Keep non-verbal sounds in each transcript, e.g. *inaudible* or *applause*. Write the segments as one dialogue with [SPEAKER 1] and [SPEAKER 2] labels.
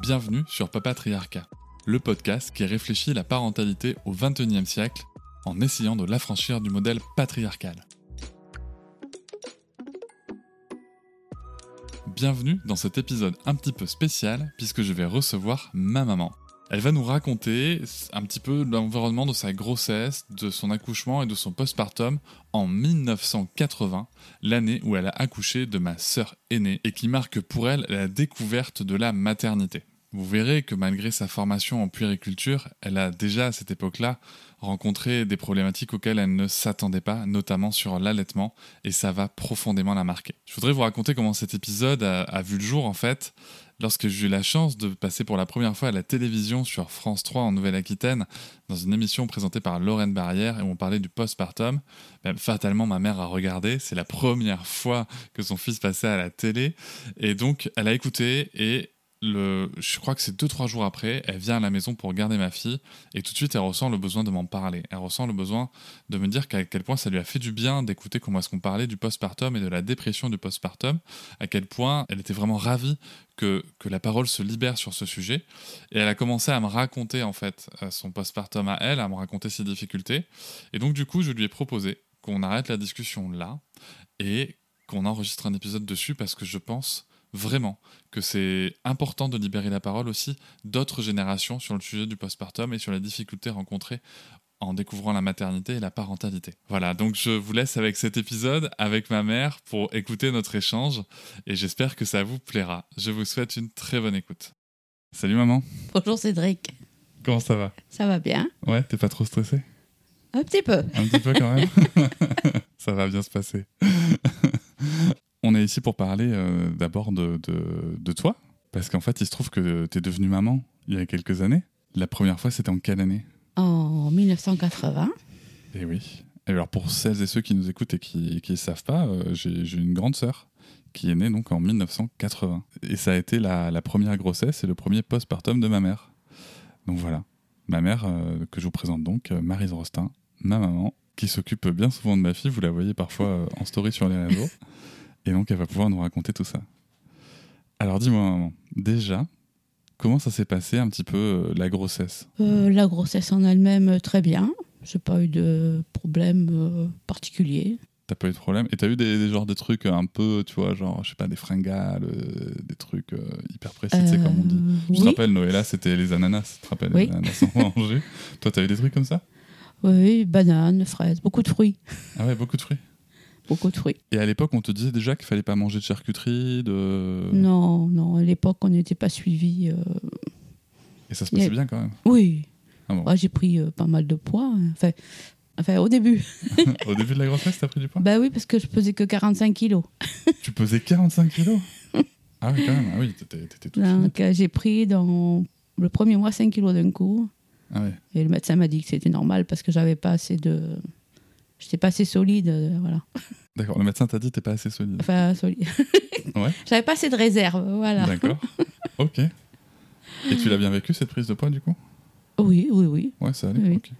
[SPEAKER 1] Bienvenue sur Papatriarcat, le podcast qui réfléchit la parentalité au XXIe siècle en essayant de l'affranchir du modèle patriarcal. Bienvenue dans cet épisode un petit peu spécial puisque je vais recevoir ma maman. Elle va nous raconter un petit peu l'environnement de sa grossesse, de son accouchement et de son postpartum en 1980, l'année où elle a accouché de ma sœur aînée et qui marque pour elle la découverte de la maternité. Vous verrez que malgré sa formation en puériculture, elle a déjà à cette époque-là rencontré des problématiques auxquelles elle ne s'attendait pas, notamment sur l'allaitement, et ça va profondément la marquer. Je voudrais vous raconter comment cet épisode a, a vu le jour en fait. Lorsque j'ai eu la chance de passer pour la première fois à la télévision sur France 3 en Nouvelle-Aquitaine, dans une émission présentée par Lorraine Barrière et où on parlait du postpartum, ben, fatalement ma mère a regardé, c'est la première fois que son fils passait à la télé, et donc elle a écouté et le, je crois que c'est deux trois jours après, elle vient à la maison pour garder ma fille et tout de suite elle ressent le besoin de m'en parler. Elle ressent le besoin de me dire qu'à quel point ça lui a fait du bien d'écouter comment est-ce qu'on parlait du postpartum et de la dépression du postpartum, à quel point elle était vraiment ravie que, que la parole se libère sur ce sujet. Et elle a commencé à me raconter en fait euh, son postpartum à elle, à me raconter ses difficultés. Et donc du coup je lui ai proposé qu'on arrête la discussion là et qu'on enregistre un épisode dessus parce que je pense vraiment que c'est important de libérer la parole aussi d'autres générations sur le sujet du postpartum et sur les difficultés rencontrées en découvrant la maternité et la parentalité. Voilà, donc je vous laisse avec cet épisode, avec ma mère, pour écouter notre échange, et j'espère que ça vous plaira. Je vous souhaite une très bonne écoute. Salut maman,
[SPEAKER 2] Bonjour Cédric,
[SPEAKER 1] comment ça va
[SPEAKER 2] ça va bien
[SPEAKER 1] Ouais, t'es pas trop stressé
[SPEAKER 2] Un petit peu.
[SPEAKER 1] Un petit peu quand même *laughs* Ça va bien se passer. *laughs* On est ici pour parler euh, d'abord de, de- de toi, parce qu'en fait, il se trouve que t'es devenue maman il y a quelques années. La première fois, c'était en quelle année
[SPEAKER 2] En 1980,
[SPEAKER 1] Eh oui. Et alors pour celles et ceux qui nous écoutent et qui ne savent pas, euh, j'ai j'ai une grande sœur qui est née donc en 1980. Et ça a été la, la première grossesse et le premier postpartum de ma mère. Donc voilà, ma mère euh, que je vous présente donc, euh, Marise Rostin, ma maman, qui s'occupe bien souvent de ma fille, vous la voyez parfois euh, en story sur les réseaux. Et donc elle va pouvoir nous raconter tout ça. Alors dis-moi maman, déjà, comment ça s'est passé un petit peu euh, la grossesse
[SPEAKER 2] euh, la grossesse en elle-même euh, très bien. J'ai pas eu de problème euh, particulier.
[SPEAKER 1] T'as pas eu de problème Et t'as eu des, des genres des trucs un peu, tu vois, genre, je sais pas, des fringales, euh, des trucs euh, hyper précis, tu sais, comme on dit.
[SPEAKER 2] Euh,
[SPEAKER 1] Je te
[SPEAKER 2] oui,
[SPEAKER 1] rappelle, Noëlla, c'était les ananas, tu te rappelles,
[SPEAKER 2] Oui.
[SPEAKER 1] les ananas en Angers. Toi, t'as eu des trucs comme ça
[SPEAKER 2] oui, bananes, fraises, beaucoup de fruits,
[SPEAKER 1] Ah ouais, beaucoup de fruits.
[SPEAKER 2] beaucoup de fruits.
[SPEAKER 1] Et à l'époque, on te disait déjà qu'il fallait pas manger de charcuterie, de...
[SPEAKER 2] Euh. Non, non, à l'époque on n'était pas suivi. euh,
[SPEAKER 1] Et ça se passait
[SPEAKER 2] Il y a-
[SPEAKER 1] bien quand même,
[SPEAKER 2] Oui,
[SPEAKER 1] Ah bon.
[SPEAKER 2] Ouais, j'ai pris euh, pas mal de poids. hein. Enfin, enfin, au début.
[SPEAKER 1] Au début de la grossesse, t'as pris du poids
[SPEAKER 2] Bah oui, parce que je pesais que 45 kilos.
[SPEAKER 1] Tu pesais 45 kilos Ah oui, quand même, ah oui, t'étais t'étais toute fine.
[SPEAKER 2] Donc euh, j'ai pris dans le premier mois 5 kilos d'un coup.
[SPEAKER 1] Ah ouais.
[SPEAKER 2] Et le médecin m'a dit que c'était normal parce que j'avais pas assez de. J'étais pas assez solide, euh, voilà.
[SPEAKER 1] D'accord, le médecin t'a dit t'es pas assez solide.
[SPEAKER 2] Enfin, *laughs* solide.
[SPEAKER 1] Ouais.
[SPEAKER 2] j'avais pas assez de réserve, voilà. *laughs*
[SPEAKER 1] D'accord, ok. Et tu l'as bien vécu, cette prise de poids, du coup
[SPEAKER 2] Oui, oui, oui.
[SPEAKER 1] Ouais, ça allait,
[SPEAKER 2] Oui.
[SPEAKER 1] ok.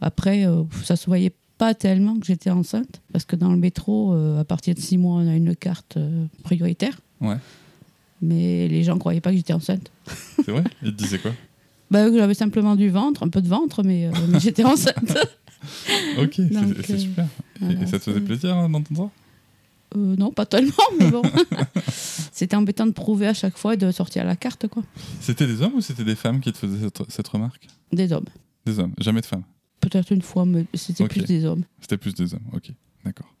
[SPEAKER 2] Après, euh, ça se voyait pas tellement que j'étais enceinte parce que dans le métro, euh, à partir de six mois, on a une carte euh, prioritaire.
[SPEAKER 1] Ouais.
[SPEAKER 2] Mais les gens croyaient pas que j'étais enceinte.
[SPEAKER 1] C'est vrai Il te disait quoi
[SPEAKER 2] Bah, eux, j'avais simplement du ventre, un peu de ventre, mais, euh,
[SPEAKER 1] *laughs*
[SPEAKER 2] mais j'étais enceinte.
[SPEAKER 1] Ok, c'est-
[SPEAKER 2] Donc,
[SPEAKER 1] c'est
[SPEAKER 2] euh,
[SPEAKER 1] super. Et-
[SPEAKER 2] voilà,
[SPEAKER 1] et ça te faisait
[SPEAKER 2] c'est-
[SPEAKER 1] plaisir hein, d'entendre
[SPEAKER 2] Euh, non, pas tellement, mais bon. *laughs* c'était embêtant de prouver à chaque fois et de sortir la carte, quoi.
[SPEAKER 1] ça C'était des hommes ou c'était des femmes qui te faisaient cette, cette remarque
[SPEAKER 2] Des hommes.
[SPEAKER 1] Des hommes, jamais de femmes.
[SPEAKER 2] Peut-être une fois, mais c'était
[SPEAKER 1] Ok.
[SPEAKER 2] plus des hommes.
[SPEAKER 1] C'était plus des hommes, ok, d'accord.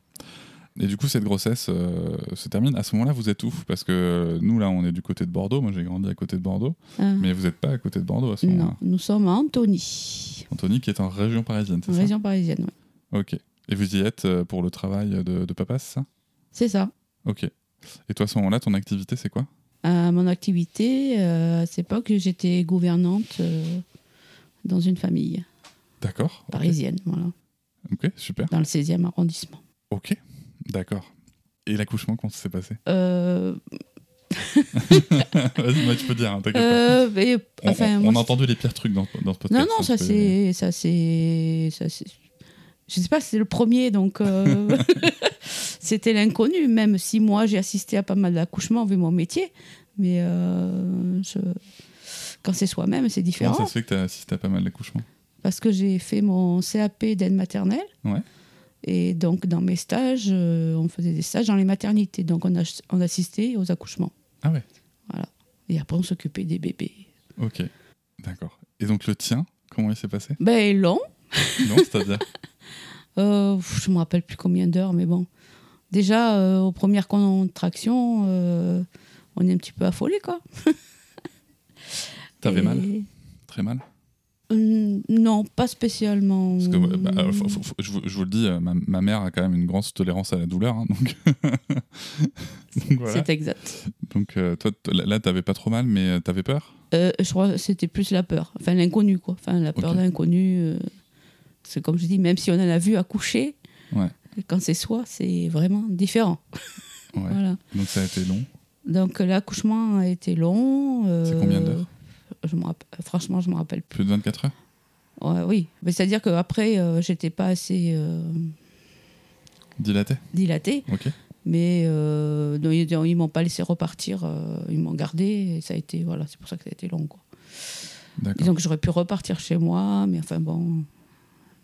[SPEAKER 1] Et du coup, cette grossesse euh, se termine. À ce moment-là, vous êtes où Parce que euh, nous, là, on est du côté de Bordeaux. Moi, j'ai grandi à côté de Bordeaux.
[SPEAKER 2] Ah,
[SPEAKER 1] Mais vous n'êtes pas à côté de Bordeaux à ce
[SPEAKER 2] non,
[SPEAKER 3] euh,
[SPEAKER 1] moment-là.
[SPEAKER 2] nous sommes à Antony,
[SPEAKER 1] Anthony, qui est en région parisienne, c'est
[SPEAKER 2] en
[SPEAKER 1] ça
[SPEAKER 2] région parisienne. ouais.
[SPEAKER 1] Ok. Et vous y êtes euh, pour le travail de, de papa, c'est ça
[SPEAKER 2] C'est ça.
[SPEAKER 1] Ok.
[SPEAKER 3] Et toi, à ce moment-là, ton activité, c'est quoi
[SPEAKER 2] À Euh, mon activité, euh, à cette époque, j'étais gouvernante euh, dans une famille
[SPEAKER 3] D'accord. ok.
[SPEAKER 2] parisienne, voilà,
[SPEAKER 3] Ok, super.
[SPEAKER 2] dans le 16e arrondissement.
[SPEAKER 3] Ok, d'accord. Et l'accouchement, comment ça s'est passé *laughs*
[SPEAKER 2] Euh,
[SPEAKER 3] Vas-y, moi, tu peux dire, hein, t'inquiète pas.
[SPEAKER 2] euh, et-
[SPEAKER 3] On,
[SPEAKER 2] enfin,
[SPEAKER 3] on-
[SPEAKER 2] moi,
[SPEAKER 3] on
[SPEAKER 2] je-
[SPEAKER 3] a entendu les pires trucs dans, dans ce podcast.
[SPEAKER 2] Non, non, ça
[SPEAKER 3] peut-
[SPEAKER 2] c'est, ça c'est, ça c'est. Je sais pas, c'est le premier, donc
[SPEAKER 3] *laughs*
[SPEAKER 2] euh, c'était l'inconnu. Même si moi j'ai assisté à pas mal d'accouchements vu mon métier, mais euh, je- quand c'est soi-même, c'est
[SPEAKER 3] Comment
[SPEAKER 2] différent.
[SPEAKER 3] ça se fait que t'as assisté à pas mal d'accouchements
[SPEAKER 2] Parce que j'ai fait mon CAP d'aide maternelle.
[SPEAKER 3] Ouais.
[SPEAKER 2] Et donc dans mes stages, euh, on faisait des stages dans les maternités, donc on, as- on assistait aux accouchements.
[SPEAKER 3] Ah ouais.
[SPEAKER 2] Voilà. Et après on s'occupait des bébés.
[SPEAKER 3] Ok, d'accord. Et donc le tien, comment il s'est passé
[SPEAKER 2] Ben long.
[SPEAKER 3] Non, c'est-à-dire
[SPEAKER 2] *laughs* Euh, pff, je me rappelle plus combien d'heures, mais bon. Déjà, euh, aux premières contractions, euh, on est un petit peu affolé, quoi.
[SPEAKER 3] T'avais
[SPEAKER 2] Et-
[SPEAKER 3] mal Très mal
[SPEAKER 2] Hum, Non, pas spécialement.
[SPEAKER 3] Parce que ouais, bah, euh, faut- faut- faut- je, vous, je vous le dis, euh, ma, ma mère a quand même une grosse tolérance à la douleur, hein, donc. *laughs* donc voilà.
[SPEAKER 2] C'est exact.
[SPEAKER 3] Donc euh, toi, t- là, là, t'avais pas trop mal, mais euh, t'avais peur
[SPEAKER 2] Euh, je crois que c'était plus la peur, enfin l'inconnu, quoi. Enfin, la peur
[SPEAKER 3] Ok.
[SPEAKER 2] de l'inconnu. euh, c'est comme je dis, même si on en a vu accoucher,
[SPEAKER 3] Ouais.
[SPEAKER 2] quand c'est soi, c'est vraiment différent.
[SPEAKER 3] Ouais.
[SPEAKER 2] Voilà.
[SPEAKER 3] Donc ça a été long.
[SPEAKER 2] Donc l'accouchement a été long.
[SPEAKER 3] C'est
[SPEAKER 2] euh,
[SPEAKER 3] combien d'heures
[SPEAKER 2] je me rappelle- Franchement, je me rappelle
[SPEAKER 3] Plus de 24 heures
[SPEAKER 2] Ouais, oui, mais c'est-à-dire qu'après, euh, j'étais pas assez euh,
[SPEAKER 3] Dilaté
[SPEAKER 2] dilatée,
[SPEAKER 3] Ok.
[SPEAKER 2] mais euh, donc, ils ils m'ont pas laissé repartir, euh, ils m'ont gardée, et ça a été, voilà, c'est pour ça que ça a été long. Quoi.
[SPEAKER 3] D'accord.
[SPEAKER 2] Disons que j'aurais pu repartir chez moi, mais enfin bon,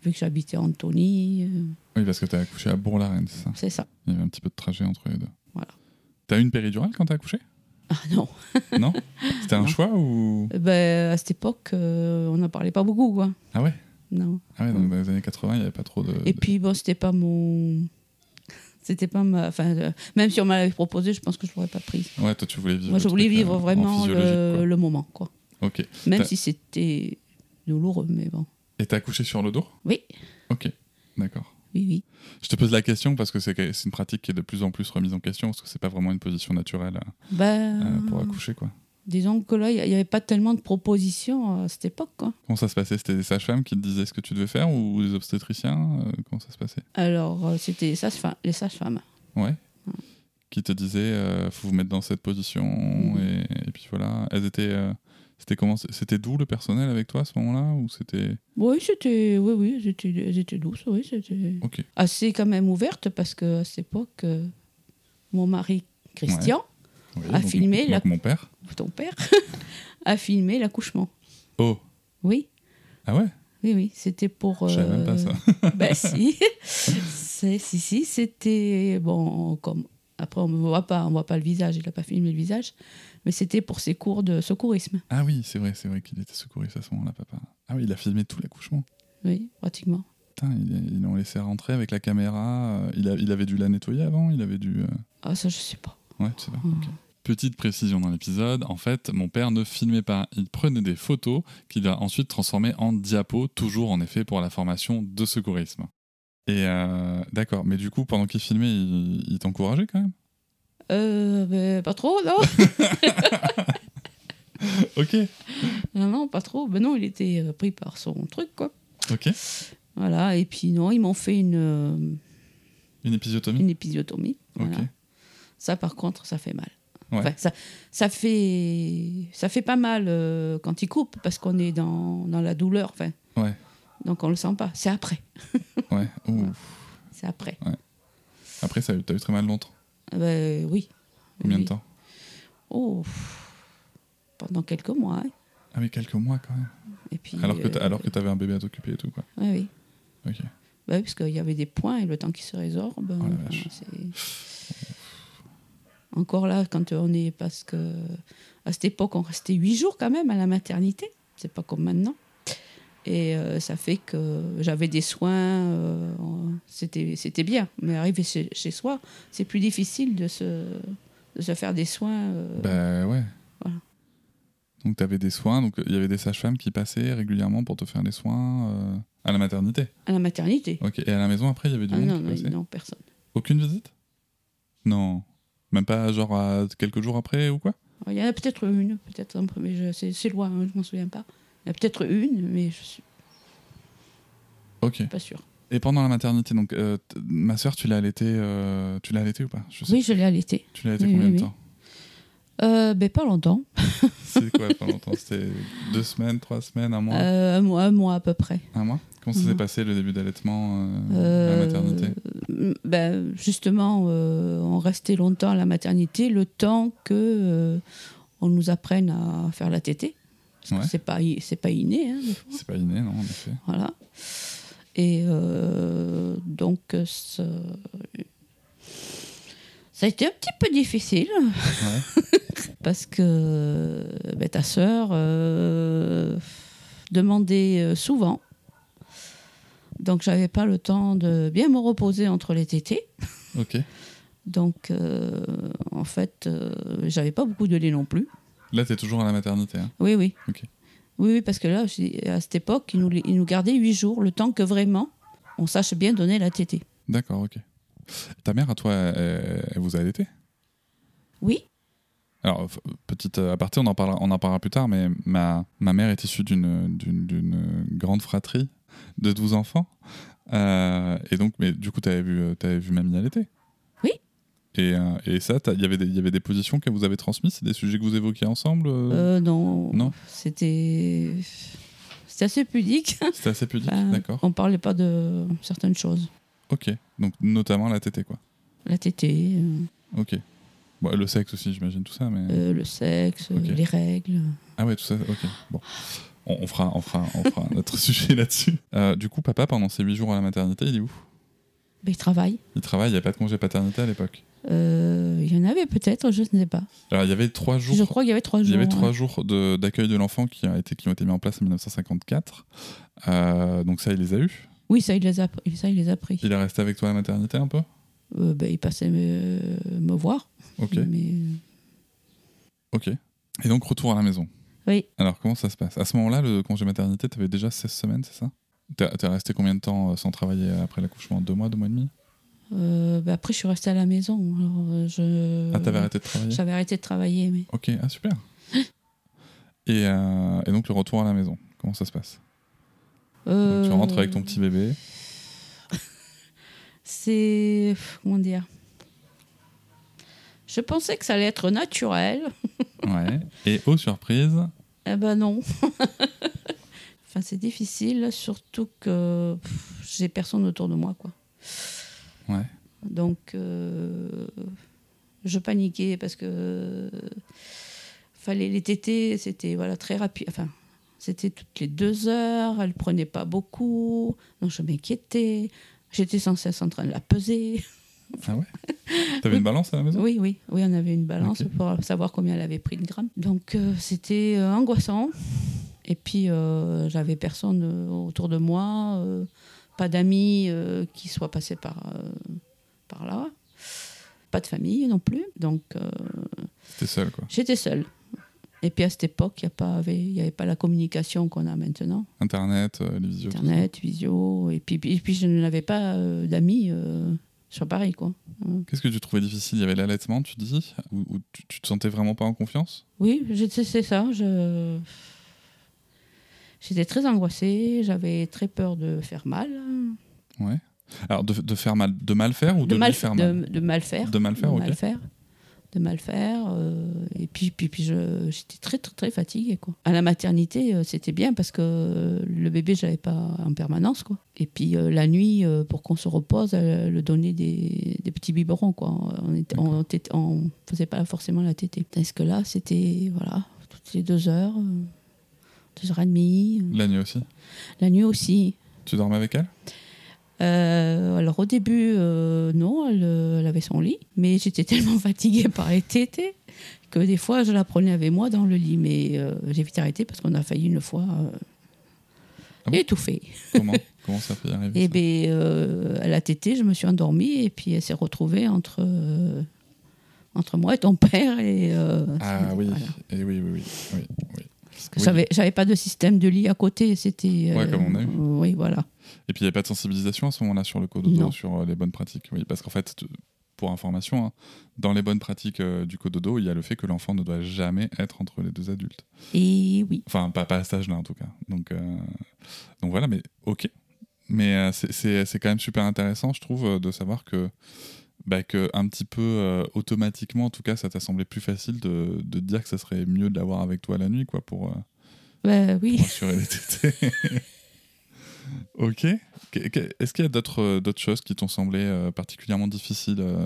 [SPEAKER 2] vu que j'habitais Antony, euh,
[SPEAKER 3] Oui, parce que t'as accouché à Bourg-la-Reine, c'est ça
[SPEAKER 2] c'est ça. *laughs*
[SPEAKER 3] Il y avait un petit peu de trajet entre les deux.
[SPEAKER 2] Voilà.
[SPEAKER 3] T'as eu une péridurale quand t'as
[SPEAKER 2] *laughs*
[SPEAKER 3] accouché
[SPEAKER 2] Ah non,
[SPEAKER 3] Non C'était un
[SPEAKER 2] Non.
[SPEAKER 3] choix ou
[SPEAKER 2] Eh ben, à cette époque, euh, on n'en parlait pas beaucoup, quoi.
[SPEAKER 3] Ah ouais
[SPEAKER 2] Non.
[SPEAKER 3] Ah ouais, donc dans les années 80, il n'y avait pas trop de.
[SPEAKER 2] Mm. Et
[SPEAKER 3] de-
[SPEAKER 2] puis bon, c'était pas mon. *laughs* C'était pas ma. Enfin, euh, même si on m'avait proposé, je pense que je l'aurais pas prise.
[SPEAKER 3] Ouais, toi, tu voulais vivre.
[SPEAKER 2] Moi,
[SPEAKER 3] le
[SPEAKER 2] je voulais
[SPEAKER 3] truc, euh,
[SPEAKER 2] vivre
[SPEAKER 3] en
[SPEAKER 2] vraiment
[SPEAKER 3] physiologique,
[SPEAKER 2] le, le moment, quoi.
[SPEAKER 3] quoi. Ok.
[SPEAKER 2] Même
[SPEAKER 3] T'as-
[SPEAKER 2] si c'était douloureux, mais bon.
[SPEAKER 3] Et t'as accouché sur le dos
[SPEAKER 2] Oui,
[SPEAKER 3] Ok. D'accord.
[SPEAKER 2] oui, oui.
[SPEAKER 3] Je te pose la question parce que c'est que- c'est une pratique qui est de plus en plus remise en question parce que c'est pas vraiment une position naturelle euh,
[SPEAKER 2] Ben,
[SPEAKER 3] euh, pour accoucher quoi.
[SPEAKER 2] disons que là, il n'y avait pas tellement de propositions euh, à cette époque. quoi.
[SPEAKER 3] Comment ça se passait C'était des sages-femmes qui te disaient ce que tu devais faire ou des obstétriciens Euh, Comment ça se passait
[SPEAKER 2] Alors, euh, c'était les sages-femmes. Les sages-femmes.
[SPEAKER 3] Ouais.
[SPEAKER 2] Mm.
[SPEAKER 3] Qui te disaient euh, faut vous mettre dans cette position
[SPEAKER 2] Mm.
[SPEAKER 3] et, et puis voilà. Elles étaient euh, c'était comment C'était doux le personnel avec toi à ce moment-là ou c'était
[SPEAKER 2] Oui, c'était, oui, oui, elles étaient- elles étaient douces, oui, c'était
[SPEAKER 3] ok
[SPEAKER 2] assez quand même ouverte parce que à cette époque, euh, mon mari Christian,
[SPEAKER 3] Oui,
[SPEAKER 2] À
[SPEAKER 3] donc
[SPEAKER 2] filmer,
[SPEAKER 3] mon,
[SPEAKER 2] là.
[SPEAKER 3] donc mon père.
[SPEAKER 2] ton père, *laughs* a filmé l'accouchement.
[SPEAKER 3] Oh
[SPEAKER 2] Oui,
[SPEAKER 3] ah ouais
[SPEAKER 2] oui, oui, c'était pour.
[SPEAKER 3] je savais même pas
[SPEAKER 2] euh,
[SPEAKER 3] ça. *laughs*
[SPEAKER 2] Ben *laughs* si, C'est- si, si, c'était bon. Comme après, on ne voit pas, on voit pas le visage. Il n'a pas filmé le visage, mais c'était pour ses cours de secourisme.
[SPEAKER 3] Ah oui, c'est vrai, c'est vrai qu'il était secouriste à ce moment-là, papa. Ah oui, il a filmé tout l'accouchement.
[SPEAKER 2] Oui, pratiquement.
[SPEAKER 3] Putain, ils ils l'ont laissé rentrer avec la caméra. euh, Il, a- il avait dû la nettoyer avant, il avait dû. euh,
[SPEAKER 2] Ah ça, je sais pas.
[SPEAKER 3] Ouais, tu sais pas.
[SPEAKER 2] Ah.
[SPEAKER 3] ok. Petite précision dans l'épisode, en fait, mon père ne filmait pas. Il prenait des photos qu'il a ensuite transformées en diapos, toujours en effet pour la formation de secourisme. Et euh, d'accord, mais du coup, pendant qu'il filmait, il, il t'encourageait quand
[SPEAKER 2] *laughs*
[SPEAKER 3] même
[SPEAKER 2] Euh, ben, pas trop, non. *laughs*
[SPEAKER 3] Ok,
[SPEAKER 2] non, non, pas trop. Ben non, il était euh, pris par son truc, quoi.
[SPEAKER 3] ok.
[SPEAKER 2] Voilà. Et puis non, ils m'ont fait une euh,
[SPEAKER 3] Une épisiotomie
[SPEAKER 2] une épisiotomie.
[SPEAKER 3] Ok.
[SPEAKER 2] Voilà. Ça, par contre, ça fait mal.
[SPEAKER 3] Ouais.
[SPEAKER 2] Enfin, ça, ça fait, ça fait pas mal euh, quand il coupe parce qu'on est dans, dans la douleur. Enfin,
[SPEAKER 3] Ouais.
[SPEAKER 2] Donc on le sent pas. C'est après.
[SPEAKER 3] Ouais. Ouh.
[SPEAKER 2] C'est après.
[SPEAKER 3] Après, ça a eu- t'as eu très mal longtemps.
[SPEAKER 2] Ah ben, oui.
[SPEAKER 3] Combien
[SPEAKER 2] Oui.
[SPEAKER 3] de temps
[SPEAKER 2] Oh, pff, pendant quelques mois. hein.
[SPEAKER 3] Ah, mais quelques mois quand même.
[SPEAKER 2] Et puis.
[SPEAKER 3] Alors que
[SPEAKER 2] euh,
[SPEAKER 3] t'a- alors que t'avais un bébé à t'occuper et tout, quoi.
[SPEAKER 2] ouais, oui.
[SPEAKER 3] Ok.
[SPEAKER 2] Bah oui, parce qu'il y avait des points et le temps qui se résorbe.
[SPEAKER 3] Oh la
[SPEAKER 2] enfin,
[SPEAKER 3] vache.
[SPEAKER 2] c'est- Encore là, quand on est parce que à cette époque, on restait huit jours quand même à la maternité. C'est pas comme maintenant. Et euh, ça fait que j'avais des soins, euh, on- c'était c'était bien. Mais arrivé chez, chez soi, c'est plus difficile de se, de se faire des soins. euh,
[SPEAKER 3] Bah ouais.
[SPEAKER 2] Voilà.
[SPEAKER 3] Donc t'avais des soins, donc il y avait des sages-femmes qui passaient régulièrement pour te faire les soins euh, à la maternité.
[SPEAKER 2] à la maternité.
[SPEAKER 3] Ok. Et à la maison après, il y avait du
[SPEAKER 2] Ah
[SPEAKER 3] monde
[SPEAKER 2] non,
[SPEAKER 3] qui
[SPEAKER 2] non,
[SPEAKER 3] passait.
[SPEAKER 2] non, personne.
[SPEAKER 3] Aucune visite Non. Même pas genre à quelques jours après ou quoi
[SPEAKER 2] Il y en a peut-être une, peut-être un premier, je- c'est c'est loin, hein, je m'en souviens pas. Il y en a peut-être une, mais je suis
[SPEAKER 3] Ok.
[SPEAKER 2] pas sûre.
[SPEAKER 3] Et pendant la maternité, donc euh, t- ma soeur, tu l'as allaitée, euh, tu l'as allaitée ou pas Je sais
[SPEAKER 2] Oui, je l'ai allaitée.
[SPEAKER 3] Tu l'as allaitée
[SPEAKER 2] oui,
[SPEAKER 3] combien
[SPEAKER 2] oui,
[SPEAKER 3] de
[SPEAKER 2] oui.
[SPEAKER 3] temps
[SPEAKER 2] Euh, ben, pas longtemps,
[SPEAKER 3] *laughs* C'est quoi pas longtemps C'était deux semaines, trois semaines, un mois,
[SPEAKER 2] Euh, un, mois, un mois à peu près.
[SPEAKER 3] un mois Comment ça s'est
[SPEAKER 2] Mhm.
[SPEAKER 3] passé le début d'allaitement euh, à la
[SPEAKER 2] Euh,
[SPEAKER 3] maternité
[SPEAKER 2] m- ben, justement, euh, on restait longtemps à la maternité, le temps que euh, on nous apprenne à faire la tétée. Parce
[SPEAKER 3] Ouais.
[SPEAKER 2] que c'est pas, i- c'est pas inné, hein, des fois.
[SPEAKER 3] C'est pas inné, non En effet. *laughs*
[SPEAKER 2] Voilà. Et euh, donc, euh, ce- ça a été un petit peu difficile. parce que ben, ta sœur euh, demandait euh, souvent. Donc, j'avais pas le temps de bien me reposer entre les tétés.
[SPEAKER 3] Ok.
[SPEAKER 2] Donc, euh, en fait, euh, j'avais pas beaucoup de lait non plus.
[SPEAKER 3] Là, t'es toujours à la maternité. hein.
[SPEAKER 2] Oui, oui.
[SPEAKER 3] Ok.
[SPEAKER 2] Oui, oui, parce que là, je- à cette époque, ils nous, ils nous gardaient huit jours, le temps que vraiment on sache bien donner la tétée.
[SPEAKER 3] D'accord, ok. Ta mère, à toi, elle, elle vous a allaité
[SPEAKER 2] Oui,
[SPEAKER 3] Alors, f- petite euh, aparté, on en parlera, on en parlera plus tard, mais ma, ma mère est issue d'une- d'une d'une grande fratrie de 12 enfants. Euh, et donc, mais du coup, tu avais, vu Mamie allaiter
[SPEAKER 2] Oui.
[SPEAKER 3] Et, euh, et ça, t'as- il y avait des- il y avait des positions que vous avez transmises, c'est des sujets que vous évoquiez ensemble euh,
[SPEAKER 2] euh, non.
[SPEAKER 3] non.
[SPEAKER 2] C'était. C'était assez pudique.
[SPEAKER 3] C'était assez pudique,
[SPEAKER 2] Enfin,
[SPEAKER 3] d'accord.
[SPEAKER 2] On parlait pas de certaines choses.
[SPEAKER 3] Ok, donc notamment la tétée, quoi.
[SPEAKER 2] La tétée, euh,
[SPEAKER 3] Ok. Bon, le sexe aussi, j'imagine, tout ça, mais...
[SPEAKER 2] euh, le sexe,
[SPEAKER 3] Ok.
[SPEAKER 2] euh, les règles.
[SPEAKER 3] Ah ouais, tout ça, ok. Bon. On, on fera, on fera, on fera notre *laughs* sujet là-dessus. Euh, du coup, papa, pendant ces 8 jours à la maternité, il est où
[SPEAKER 2] Ben, ils travaillent.
[SPEAKER 3] Il travaille, il n'y a pas de congé paternité à l'époque.
[SPEAKER 2] Euh, il y en avait peut-être, je ne sais pas.
[SPEAKER 3] Alors, il y avait trois jours.
[SPEAKER 2] Je crois qu'il y avait trois
[SPEAKER 3] il
[SPEAKER 2] jours. hein.
[SPEAKER 3] y avait trois
[SPEAKER 2] ouais.
[SPEAKER 3] jours de- d'accueil de, l'enfant qui, a été- qui ont été mis en place en 1954. Euh, donc ça, il les a eus.
[SPEAKER 2] Oui, ça, il les a, ça, il les a pris.
[SPEAKER 3] Il est resté avec toi à la maternité un peu
[SPEAKER 2] Euh, ben, il passait me, me voir.
[SPEAKER 3] Ok,
[SPEAKER 2] Mais,
[SPEAKER 3] ok. Et donc, retour à la maison.
[SPEAKER 2] oui.
[SPEAKER 3] Alors, comment ça se passe À ce moment-là, le congé maternité, tu avais déjà 16 semaines, c'est ça T'es t'es resté combien de temps euh, sans travailler après l'accouchement Deux mois, deux mois et demi
[SPEAKER 2] Euh, bah après, je suis restée à la maison. Alors, euh, je...
[SPEAKER 3] Ah, t'avais arrêté de travailler
[SPEAKER 2] J'avais arrêté de travailler, mais
[SPEAKER 3] Ok, ah
[SPEAKER 2] *laughs*
[SPEAKER 3] super. et, euh, et donc le retour à la maison, comment ça se passe Donc, Tu
[SPEAKER 2] Euh,
[SPEAKER 3] rentres avec ton petit bébé.
[SPEAKER 2] C'est comment dire Je pensais que ça allait être naturel.
[SPEAKER 3] Ouais. Et oh, aux surprises,
[SPEAKER 2] Eh ben non. *laughs* enfin, c'est difficile, surtout que pff, j'ai personne autour de moi, quoi.
[SPEAKER 3] Ouais.
[SPEAKER 2] Donc, euh, je paniquais parce que euh, fallait les tétés, c'était voilà très rapide. Enfin, c'était toutes les deux heures. Elle prenait pas beaucoup, donc je m'inquiétais. J'étais sans cesse en train de la peser.
[SPEAKER 3] t'avais une balance à la maison
[SPEAKER 2] Oui, oui, oui, on avait une balance
[SPEAKER 3] Ok.
[SPEAKER 2] pour savoir combien elle avait pris de grammes. Donc euh, c'était euh, angoissant. Et puis euh, j'avais personne euh, autour de moi, euh, pas d'amis euh, qui soient passés par, euh, par là, pas de famille non plus. Donc euh,
[SPEAKER 3] T'étais seul quoi.
[SPEAKER 2] j'étais seule. Et puis à cette époque, il n'y avait, y avait pas la communication qu'on a maintenant.
[SPEAKER 3] Internet, euh, les visios. tout ça.
[SPEAKER 2] Internet, visio. Et puis, et puis je n'avais pas euh, d'amis euh, sur Paris. quoi.
[SPEAKER 3] Qu'est-ce que tu trouvais difficile Il y avait l'allaitement, tu dis Ou, ou tu, tu te sentais vraiment pas en confiance
[SPEAKER 2] Oui, je- c'est c'est ça. Je... J'étais très angoissée, j'avais très peur de faire mal.
[SPEAKER 3] Ouais. Alors de, de faire mal, de mal faire ou de, lui
[SPEAKER 2] mal,
[SPEAKER 3] faire mal
[SPEAKER 2] de- de mal faire.
[SPEAKER 3] De mal faire, ok.
[SPEAKER 2] De mal faire. euh, et puis, puis, puis je- j'étais très, très, très fatiguée. Quoi. À la maternité, euh, c'était bien parce que euh, le bébé, je l'avais pas en permanence. Quoi. Et puis euh, la nuit, euh, pour qu'on se repose, elle le donnait des, des petits biberons. Quoi. On était- on tét- on faisait pas forcément la tétée. Parce que là, c'était voilà, toutes les deux heures, euh, deux heures et demie. euh.
[SPEAKER 3] La nuit aussi.
[SPEAKER 2] La nuit aussi.
[SPEAKER 3] Tu dormais avec elle
[SPEAKER 2] Euh, alors au début, euh, non, elle, euh, elle avait son lit, mais j'étais *laughs* tellement fatiguée par les tétés que des fois je la prenais avec moi dans le lit, mais euh, j'ai vite arrêté parce qu'on a failli une fois euh,
[SPEAKER 3] Ah bon
[SPEAKER 2] étouffer. *laughs* Eh ben, euh,
[SPEAKER 3] Comment Comment ça peut arriver
[SPEAKER 2] Et
[SPEAKER 3] ça
[SPEAKER 2] bien, elle a tété, je me suis endormie et puis elle s'est retrouvée entre, euh, entre moi et ton *laughs* père. Et, euh,
[SPEAKER 3] Ah oui.
[SPEAKER 2] voilà.
[SPEAKER 3] Et oui, oui, oui, oui, oui.
[SPEAKER 2] Parce que
[SPEAKER 3] Oui.
[SPEAKER 2] j'avais- J'avais pas de système de lit à côté, c'était. euh,
[SPEAKER 3] Ouais, comme on a eu.
[SPEAKER 2] Oui, voilà.
[SPEAKER 3] Et puis il n'y avait pas de sensibilisation à ce moment-là sur le cododo,
[SPEAKER 2] Non.
[SPEAKER 3] sur euh, les bonnes pratiques. Oui, parce qu'en fait, tu- pour information, hein, dans les bonnes pratiques euh, du cododo, il y a le fait que l'enfant ne doit jamais être entre les deux adultes.
[SPEAKER 2] Et oui.
[SPEAKER 3] Enfin, pas, pas à cet âge-là, en tout cas. Donc, euh, donc voilà, mais ok. Mais euh, c'est- c'est c'est quand même super intéressant, je trouve, euh, de savoir que, bah, que un petit peu euh, automatiquement, en tout cas, ça t'a semblé plus facile de, de te dire que ça serait mieux de l'avoir avec toi la nuit, quoi, pour, euh,
[SPEAKER 2] Ouais, Ben oui. *laughs*
[SPEAKER 3] pour assurer les tétés. *laughs* ok. Que- que- Est-ce qu'il y a d'autres euh, d'autres choses qui t'ont semblé euh, particulièrement difficiles euh,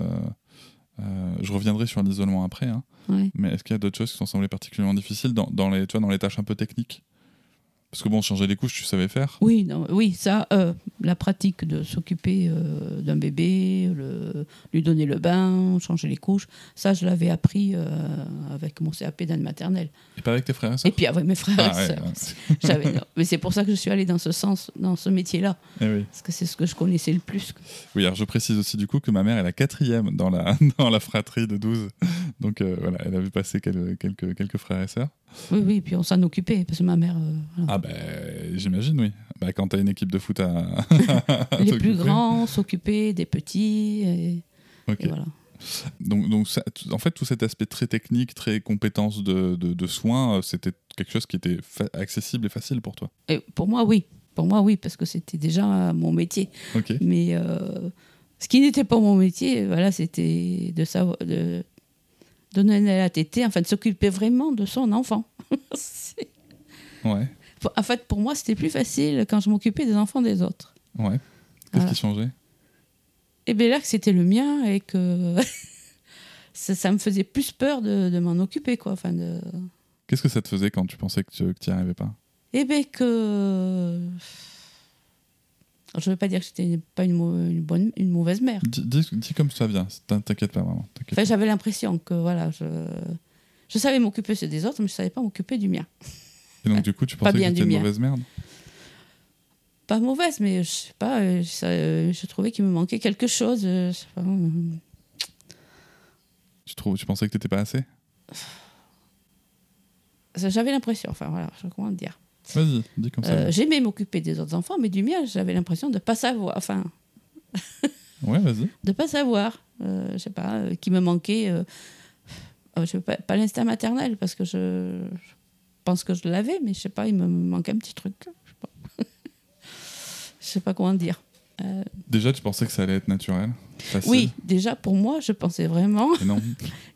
[SPEAKER 3] euh, Je reviendrai sur l'isolement après, hein.
[SPEAKER 2] Ouais.
[SPEAKER 3] Mais est-ce qu'il y a d'autres choses qui t'ont semblé particulièrement difficiles dans, dans les, tu vois, dans les tâches un peu techniques Parce que bon, changer les couches, tu savais faire.
[SPEAKER 2] Oui, non, oui, ça, euh, la pratique de s'occuper euh, d'un bébé, le- lui donner le bain, changer les couches, ça, je l'avais appris euh, avec mon CAP d'âne maternelle.
[SPEAKER 3] Et pas avec tes frères et sœurs
[SPEAKER 2] Et puis avec mes frères
[SPEAKER 3] Ah,
[SPEAKER 2] et
[SPEAKER 3] ouais,
[SPEAKER 2] sœurs.
[SPEAKER 3] ouais.
[SPEAKER 2] *laughs* J'avais- non, Mais c'est pour ça que je suis allée dans ce sens, dans ce métier-là,
[SPEAKER 3] Eh oui.
[SPEAKER 2] parce que c'est ce que je connaissais le plus.
[SPEAKER 3] Oui, alors je précise aussi du coup que ma mère est la quatrième dans la, *laughs* dans la fratrie de 12. Donc euh, voilà, elle a vu passer quel- quelques, quelques frères et sœurs.
[SPEAKER 2] Oui, oui, et puis on s'en occupait, parce que ma mère, euh, voilà.
[SPEAKER 3] Ah ben, j'imagine, oui. Bah, quand t'as une équipe de
[SPEAKER 2] *laughs*
[SPEAKER 3] foot à. à
[SPEAKER 2] les
[SPEAKER 3] t'occuper.
[SPEAKER 2] plus grands s'occupaient des petits, et, et
[SPEAKER 3] Ok.
[SPEAKER 2] voilà.
[SPEAKER 3] Donc, donc ça- t- en fait, tout cet aspect très technique, très compétence de, de, de soins, euh, c'était quelque chose qui était fa- accessible et facile pour toi.
[SPEAKER 2] Et pour moi, oui. Pour moi, oui, parce que c'était déjà euh, mon métier.
[SPEAKER 3] Ok.
[SPEAKER 2] Mais euh, ce qui n'était pas mon métier, voilà, c'était de savoir de donner la tétée, enfin de s'occuper vraiment de son enfant. *laughs* C'est-
[SPEAKER 3] Ouais.
[SPEAKER 2] en fait, pour moi, c'était plus facile quand je m'occupais des enfants des autres.
[SPEAKER 3] Ouais. Qu'est-ce
[SPEAKER 2] Voilà.
[SPEAKER 3] qui changeait
[SPEAKER 2] Et bien là que c'était le mien et que *laughs* ça, ça me faisait plus peur de, de m'en occuper, quoi. Enfin de...
[SPEAKER 3] Qu'est-ce que ça te faisait quand tu pensais que tu n'y arrivais pas
[SPEAKER 2] Et bien que je ne veux pas dire que j'étais une- pas une, mau- une bonne, une mauvaise mère.
[SPEAKER 3] Dis- dis, dis comme ça vient, t'in- t'inquiète pas, maman. t'inquiète
[SPEAKER 2] Enfin, j'avais l'impression que voilà, je, je savais m'occuper ceux des autres, mais je savais pas m'occuper du mien.
[SPEAKER 3] pas. Et donc, du coup, tu pensais que
[SPEAKER 2] bien
[SPEAKER 3] t'étais
[SPEAKER 2] du
[SPEAKER 3] une
[SPEAKER 2] mien.
[SPEAKER 3] mauvaise merde
[SPEAKER 2] Pas mauvaise, mais je sais pas, euh, ça, euh, je trouvais qu'il me manquait quelque chose. euh, je sais pas, euh,
[SPEAKER 3] tu, trouves, tu pensais que t'étais pas assez
[SPEAKER 2] ça, j'avais l'impression, enfin voilà, je sais comment dire.
[SPEAKER 3] Vas-y, dis comme ça.
[SPEAKER 2] Euh, J'aimais m'occuper des autres enfants, mais du mien, j'avais l'impression de pas savoir, enfin,
[SPEAKER 3] Ouais, vas-y.
[SPEAKER 2] de pas savoir, euh, je sais pas, euh, qui me manquait. euh, euh, je sais pas, pas l'instinct maternel parce que je, je pense que je l'avais, mais je sais pas, il me manquait un petit truc. Je sais pas, *laughs* je sais pas comment dire.
[SPEAKER 3] Déjà, tu pensais que ça allait être naturel facile,
[SPEAKER 2] Oui, déjà pour moi, je pensais vraiment *laughs*
[SPEAKER 3] Et non.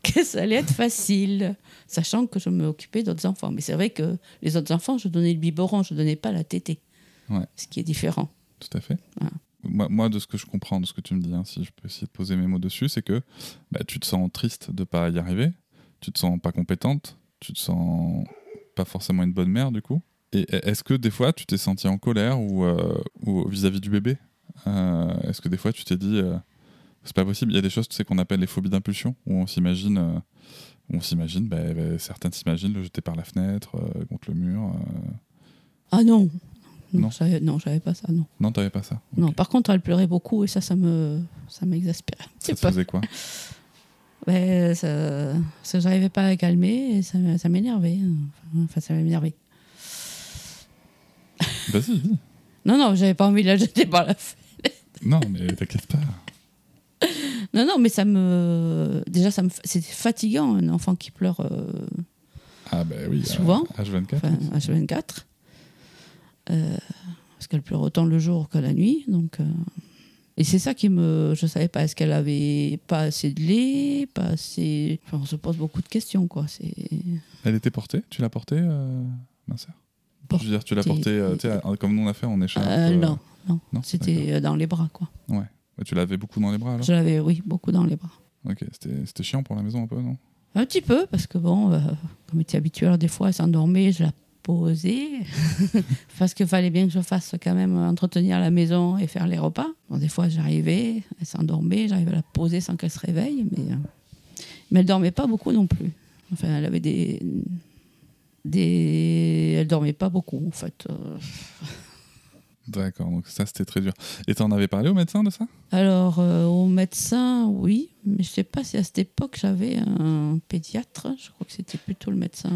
[SPEAKER 2] que ça allait être facile, sachant que je m'occupais d'autres enfants. Mais c'est vrai que les autres enfants, je donnais le biberon, je donnais pas la tétée,
[SPEAKER 3] Ouais.
[SPEAKER 2] ce qui est différent.
[SPEAKER 3] Tout à fait.
[SPEAKER 2] Voilà.
[SPEAKER 3] Moi, moi, de ce que je comprends, de ce que tu me dis, hein, si je peux essayer de poser mes mots dessus, c'est que bah, tu te sens triste de pas y arriver, tu te sens pas compétente, tu te sens pas forcément une bonne mère du coup. Et e- est-ce que des fois tu t'es senti en colère ou euh, ou vis-à-vis du bébé Euh, Est-ce que des fois tu t'es dit euh, c'est pas possible Il y a des choses, tu sais, qu'on appelle les phobies d'impulsion, où on s'imagine, euh, où on s'imagine, bah, bah, certaines s'imaginent le jeter par la fenêtre, euh, contre le mur. euh.
[SPEAKER 2] Ah non, non,
[SPEAKER 3] Non.
[SPEAKER 2] j'avais- non, j'avais pas ça, non.
[SPEAKER 3] Non, t'avais pas ça.
[SPEAKER 2] Non,
[SPEAKER 3] Ok.
[SPEAKER 2] par contre, elle pleurait beaucoup et ça, ça me, ça m'exaspérait. un petit
[SPEAKER 3] Ça te
[SPEAKER 2] peu.
[SPEAKER 3] faisait quoi
[SPEAKER 2] Ouais, ça, parce que j'arrivais pas à la calmer et ça, me- ça m'énervait. Enfin, ça m'énervait.
[SPEAKER 3] Vas-y, dis.
[SPEAKER 2] Non, non, j'avais pas envie de la jeter par la fenêtre.
[SPEAKER 3] Non, mais t'inquiète pas.
[SPEAKER 2] Non, non, mais ça me, déjà, ça me, c'est fatigant un enfant qui pleure. euh,
[SPEAKER 3] Ah ben oui. euh,
[SPEAKER 2] Souvent.
[SPEAKER 3] H24.
[SPEAKER 2] enfin H24. Euh, parce qu'elle pleure autant le jour que la nuit. Donc, euh, Et c'est ça qui me. Je savais pas, est-ce qu'elle avait pas assez de lait pas assez... Enfin, on se pose beaucoup de questions, quoi. C'est...
[SPEAKER 3] Elle était portée Tu l'as portée, euh, minceur Je veux dire, tu l'as portée, euh, tu sais, euh, comme nous on a fait en écharpe.
[SPEAKER 2] Euh,
[SPEAKER 3] euh,
[SPEAKER 2] non, non.
[SPEAKER 3] non,
[SPEAKER 2] C'était euh, dans les bras, quoi.
[SPEAKER 3] ouais, Tu l'avais beaucoup dans les bras alors
[SPEAKER 2] Je l'avais, oui, beaucoup dans les bras.
[SPEAKER 3] Ok, c'était c'était chiant pour la maison un peu, non
[SPEAKER 2] Un petit peu, parce que bon, euh, comme était habitué, alors des fois, elle s'endormait, je la posais. *laughs* parce qu'il fallait bien que je fasse quand même euh, entretenir la maison et faire les repas. Bon, des fois, j'arrivais, elle s'endormait, j'arrivais à la poser sans qu'elle se réveille. Mais, euh, mais elle dormait pas beaucoup non plus. Enfin, elle avait des. des... Elle dormait pas beaucoup, en fait. Euh,
[SPEAKER 3] D'accord, donc ça c'était très dur. Et t'en avais parlé au médecin de ça
[SPEAKER 2] Alors, euh, au médecin, oui, mais je sais pas si à cette époque j'avais un pédiatre. Je crois que c'était plutôt le médecin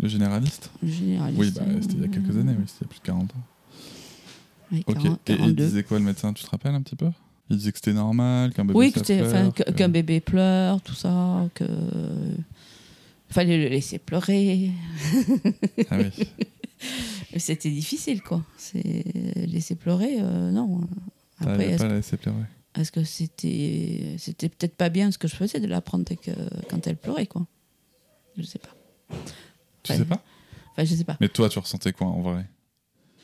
[SPEAKER 3] Le généraliste
[SPEAKER 2] généraliste.
[SPEAKER 3] Oui, bah, c'était il y a quelques années, oui, c'était il y a plus de 40 ans.
[SPEAKER 2] Ouais,
[SPEAKER 3] Ok,
[SPEAKER 2] 40,
[SPEAKER 3] et et il
[SPEAKER 2] 42.
[SPEAKER 3] disait quoi le médecin Tu te rappelles un petit peu Il disait que c'était normal, qu'un bébé
[SPEAKER 2] oui, que
[SPEAKER 3] ça
[SPEAKER 2] c'est-
[SPEAKER 3] pleure,
[SPEAKER 2] enfin, que-
[SPEAKER 3] que- Ah
[SPEAKER 2] qu'un bébé pleure, tout ça, que fallait le laisser pleurer. *laughs*
[SPEAKER 3] Ah oui.
[SPEAKER 2] C'était difficile, quoi. C'est laisser pleurer, euh, non. Après,
[SPEAKER 3] T'arrivais
[SPEAKER 2] est-ce
[SPEAKER 3] pas à la laisser pleurer.
[SPEAKER 2] est-ce que c'était c'était peut-être pas bien ce que je faisais de la prendre que, quand elle pleurait, quoi. Je sais pas.
[SPEAKER 3] Tu
[SPEAKER 2] Ouais.
[SPEAKER 3] sais pas
[SPEAKER 2] Enfin, je sais pas.
[SPEAKER 3] Mais toi, tu ressentais quoi en vrai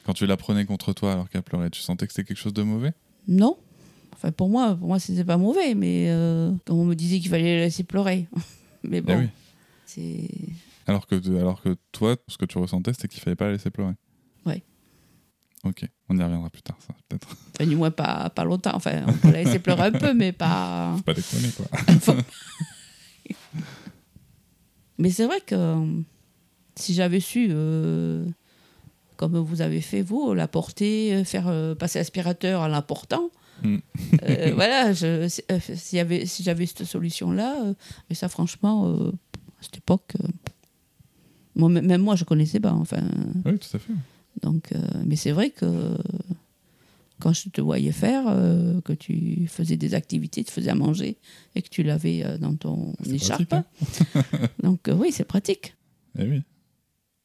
[SPEAKER 3] Quand tu la prenais contre toi alors qu'elle pleurait, tu sentais que c'était quelque chose de mauvais
[SPEAKER 2] Non. Enfin, pour moi, pour moi, c'était pas mauvais, mais euh, on me disait qu'il fallait la laisser pleurer. *laughs* mais
[SPEAKER 3] Eh
[SPEAKER 2] bon,
[SPEAKER 3] oui.
[SPEAKER 2] c'est
[SPEAKER 3] Alors que, alors que toi, ce que tu ressentais, c'était qu'il fallait pas la laisser pleurer.
[SPEAKER 2] Ouais.
[SPEAKER 3] Ok, on y reviendra plus tard, ça, peut-être.
[SPEAKER 2] enfin, du moins pas pas longtemps. Enfin, on peut la laisser pleurer un peu, mais pas.
[SPEAKER 3] Pas déconner, quoi.
[SPEAKER 2] Mais c'est vrai que euh, si j'avais su, euh, comme vous avez fait vous, la porter, euh, faire euh, passer l'aspirateur en la portant,
[SPEAKER 3] Mm.
[SPEAKER 2] euh, voilà, je, si, euh, s'il y avait, si j'avais cette solution-là, euh, mais ça franchement, euh, à cette époque, euh, moi, m- même moi je connaissais pas. Enfin,
[SPEAKER 3] oui, tout à fait.
[SPEAKER 2] donc, euh, mais c'est vrai que quand je te voyais faire, euh, que tu faisais des activités, tu faisais à manger et que tu l'avais euh, dans ton
[SPEAKER 3] C'est
[SPEAKER 2] écharpe.
[SPEAKER 3] pratique, hein. *laughs*
[SPEAKER 2] Donc euh, oui, c'est pratique.
[SPEAKER 3] Eh oui.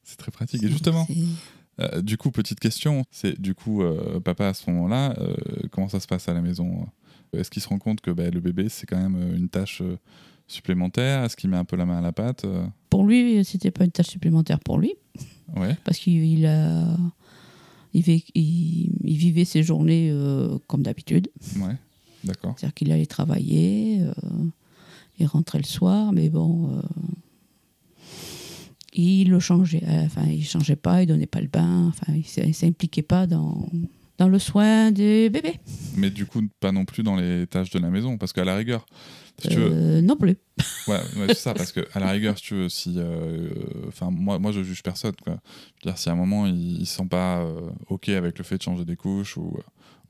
[SPEAKER 3] C'est très pratique. Et justement,
[SPEAKER 2] C'est-
[SPEAKER 3] euh, du coup, petite question, c'est du coup, euh, papa à ce moment-là, euh, comment ça se passe à la maison Est-ce qu'il se rend compte que bah, le bébé, c'est quand même euh, une tâche euh, supplémentaire Est-ce qu'il met un peu la main à la pâte Euh,
[SPEAKER 2] Pour lui, c'était pas une tâche supplémentaire pour lui,
[SPEAKER 3] Ouais.
[SPEAKER 2] parce qu'il il a- il, vé- il- il vivait ses journées euh, comme d'habitude.
[SPEAKER 3] Ouais, d'accord.
[SPEAKER 2] C'est-à-dire qu'il allait travailler, euh, il rentrait le soir, mais bon, euh, il le changeait. Euh, Enfin, il changeait pas, il donnait pas le bain, enfin, il s'im- il s'impliquait pas dans, dans le soin des bébés.
[SPEAKER 3] Mais du coup, pas non plus dans les tâches de la maison, parce qu'à la rigueur, si tu veux,
[SPEAKER 2] Euh, non plus.
[SPEAKER 3] ouais, ouais, c'est ça, parce que à la rigueur, si tu veux, si, euh, enfin, moi, moi, je juge personne, quoi. Je veux dire, si à un moment, il, il se sent pas euh, ok avec le fait de changer des couches ou euh,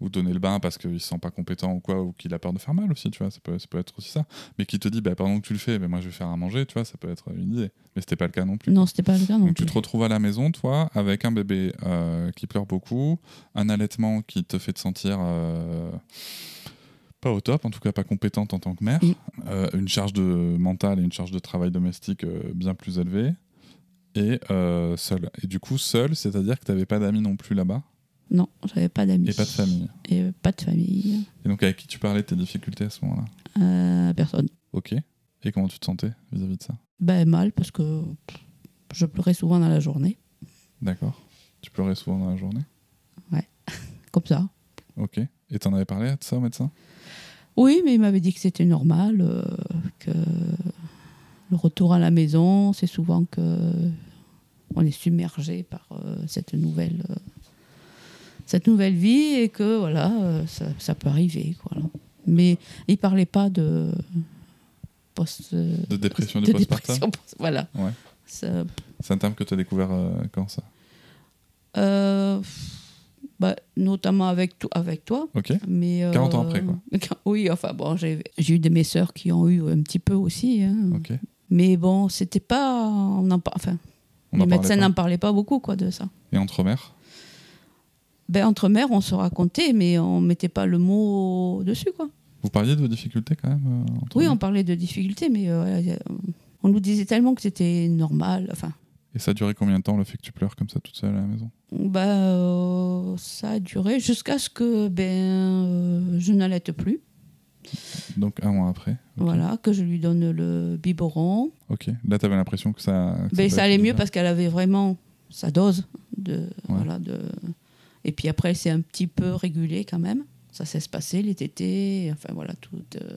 [SPEAKER 3] ou de donner le bain parce qu'il se sent pas compétent ou quoi, ou qu'il a peur de faire mal aussi, tu vois, ça peut, ça peut être aussi ça. Mais qui te dit, bah, pendant que tu le fais, mais moi, je vais faire à manger, tu vois, ça peut être une idée. Mais c'était pas le cas non plus.
[SPEAKER 2] Non, c'était pas le cas non
[SPEAKER 3] Donc tu
[SPEAKER 2] plus.
[SPEAKER 3] te retrouves à la maison, toi, avec un bébé euh, qui pleure beaucoup, un allaitement qui te fait te sentir euh, pas au top, en tout cas pas compétente en tant que mère,
[SPEAKER 2] Mm.
[SPEAKER 3] euh, une charge de mentale et une charge de travail domestique euh, bien plus élevée, et euh, seule. Et du coup, seule, c'est-à-dire que tu n'avais pas d'amis non plus là-bas,
[SPEAKER 2] Non, j'avais pas d'amis.
[SPEAKER 3] et pas de famille.
[SPEAKER 2] Et pas de famille.
[SPEAKER 3] Et donc avec qui tu parlais de tes difficultés à ce moment-là
[SPEAKER 2] Euh, personne.
[SPEAKER 3] Ok. Et comment tu te sentais vis-à-vis de ça
[SPEAKER 2] Ben mal parce que pff, je pleurais souvent dans la journée,
[SPEAKER 3] D'accord. Tu pleurais souvent dans la journée
[SPEAKER 2] comme ça.
[SPEAKER 3] Ok. Et t'en avais parlé à ça au médecin
[SPEAKER 2] Oui, mais il m'avait dit que c'était normal, euh, que le retour à la maison, c'est souvent que on est submergé par euh, cette nouvelle, euh, cette nouvelle vie et que voilà, euh, ça, ça peut arriver, quoi. là. Mais il parlait pas de post, euh,
[SPEAKER 3] De dépression
[SPEAKER 2] de
[SPEAKER 3] du postpartum
[SPEAKER 2] dépression post- voilà.
[SPEAKER 3] Ouais.
[SPEAKER 2] Ça-
[SPEAKER 3] C'est un terme que tu as découvert euh, quand ça
[SPEAKER 2] euh, bah, notamment avec, to- avec toi.
[SPEAKER 3] Ok
[SPEAKER 2] Mais, euh,
[SPEAKER 3] 40 ans après, quoi.
[SPEAKER 2] *laughs* Oui, enfin bon, j'ai j'ai eu de mes sœurs qui ont eu un petit peu aussi. hein.
[SPEAKER 3] Ok.
[SPEAKER 2] Mais bon, c'était pas. On en, par- enfin,
[SPEAKER 3] On
[SPEAKER 2] les
[SPEAKER 3] en parlait
[SPEAKER 2] médecins
[SPEAKER 3] pas.
[SPEAKER 2] n'en parlaient pas beaucoup quoi, de ça.
[SPEAKER 3] Et entre mères
[SPEAKER 2] Ben, entre mères, on se racontait, mais on mettait pas le mot dessus. quoi.
[SPEAKER 3] Vous parliez de vos difficultés quand même euh, entre
[SPEAKER 2] Oui,
[SPEAKER 3] mères
[SPEAKER 2] on parlait de difficultés, mais euh, on nous disait tellement que c'était normal. Enfin,
[SPEAKER 3] Et ça a duré combien de temps le fait que tu pleures comme ça toute seule à la maison
[SPEAKER 2] bah, euh, ça a duré jusqu'à ce que ben, euh, je n'allaite plus.
[SPEAKER 3] Donc un mois après. Ok.
[SPEAKER 2] Voilà, que je lui donne le biberon.
[SPEAKER 3] Ok. Là, tu avais l'impression que ça. que
[SPEAKER 2] Ben, ça allait mieux
[SPEAKER 3] parce
[SPEAKER 2] parce qu'elle avait vraiment sa dose de voilà de et puis après elle s'est un petit peu régulée quand même. Ça s'est passé les tétés, enfin voilà tout. euh,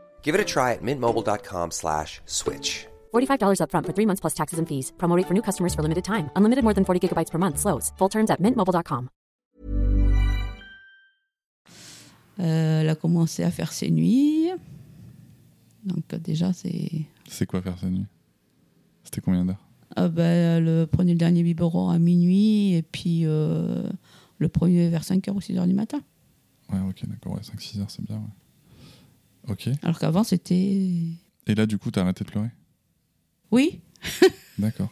[SPEAKER 4] Give it a try at mintmobile.com slash switch.
[SPEAKER 5] $45 upfront for three months plus taxes and fees. Promo rate for new customers for limited time. Unlimited more than 40 gigabytes per month. Slows. Full terms at mintmobile.com.
[SPEAKER 2] Euh, elle a commencé à faire ses nuits. Donc euh, déjà, c'est...
[SPEAKER 3] C'est quoi faire sa nuit C'était combien d'heures
[SPEAKER 2] Ah ben, elle euh, prenait le dernier biberon à minuit et puis euh, le premier vers 5h ou 6h du matin.
[SPEAKER 3] Ouais, ok, d'accord, ouais, 5-6 heures, c'est bien, ouais. Ok.
[SPEAKER 2] Alors qu'avant, c'était...
[SPEAKER 3] Et là, du coup, t'as arrêté de pleurer
[SPEAKER 2] Oui,
[SPEAKER 3] D'accord.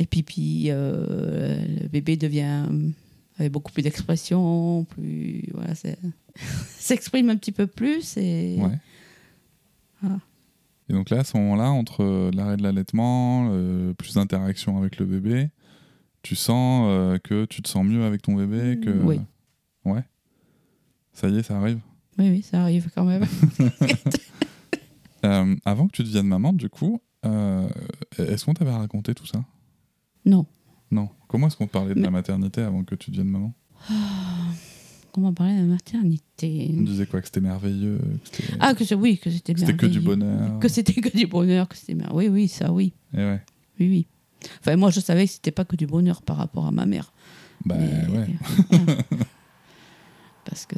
[SPEAKER 2] Et puis, puis euh, le bébé devient avec beaucoup plus d'expression, plus voilà, c'est- *laughs* s'exprime un petit peu plus et
[SPEAKER 3] Ouais.
[SPEAKER 2] Voilà.
[SPEAKER 3] Et donc là, à ce moment-là, entre euh, l'arrêt de l'allaitement, euh, plus d'interaction avec le bébé, tu sens euh, que tu te sens mieux avec ton bébé que...
[SPEAKER 2] Mmh, Oui.
[SPEAKER 3] Ouais. Ça y est, ça arrive.
[SPEAKER 2] oui, oui, ça arrive quand
[SPEAKER 3] *laughs*
[SPEAKER 2] même.
[SPEAKER 3] Euh, avant que tu deviennes maman, du coup, euh, est-ce qu'on t'avait raconté tout ça
[SPEAKER 2] non,
[SPEAKER 3] Non. Comment est-ce qu'on te parlait de
[SPEAKER 2] Mais-
[SPEAKER 3] la maternité avant que tu deviennes maman
[SPEAKER 2] comment parler de la maternité
[SPEAKER 3] On disait quoi Que c'était merveilleux que c'était-
[SPEAKER 2] Ah que c'est- oui, que c'était
[SPEAKER 3] que
[SPEAKER 2] bien.
[SPEAKER 3] c'était que du bonheur.
[SPEAKER 2] Que c'était que du bonheur, que c'était bien. Oui, oui, ça, oui,
[SPEAKER 3] Et Eh ouais.
[SPEAKER 2] oui, oui. Enfin, moi, je savais que c'était pas que du bonheur par rapport à ma mère.
[SPEAKER 3] Bah
[SPEAKER 2] Mais- euh,
[SPEAKER 3] ouais.
[SPEAKER 2] voilà.
[SPEAKER 3] *laughs*
[SPEAKER 2] Parce que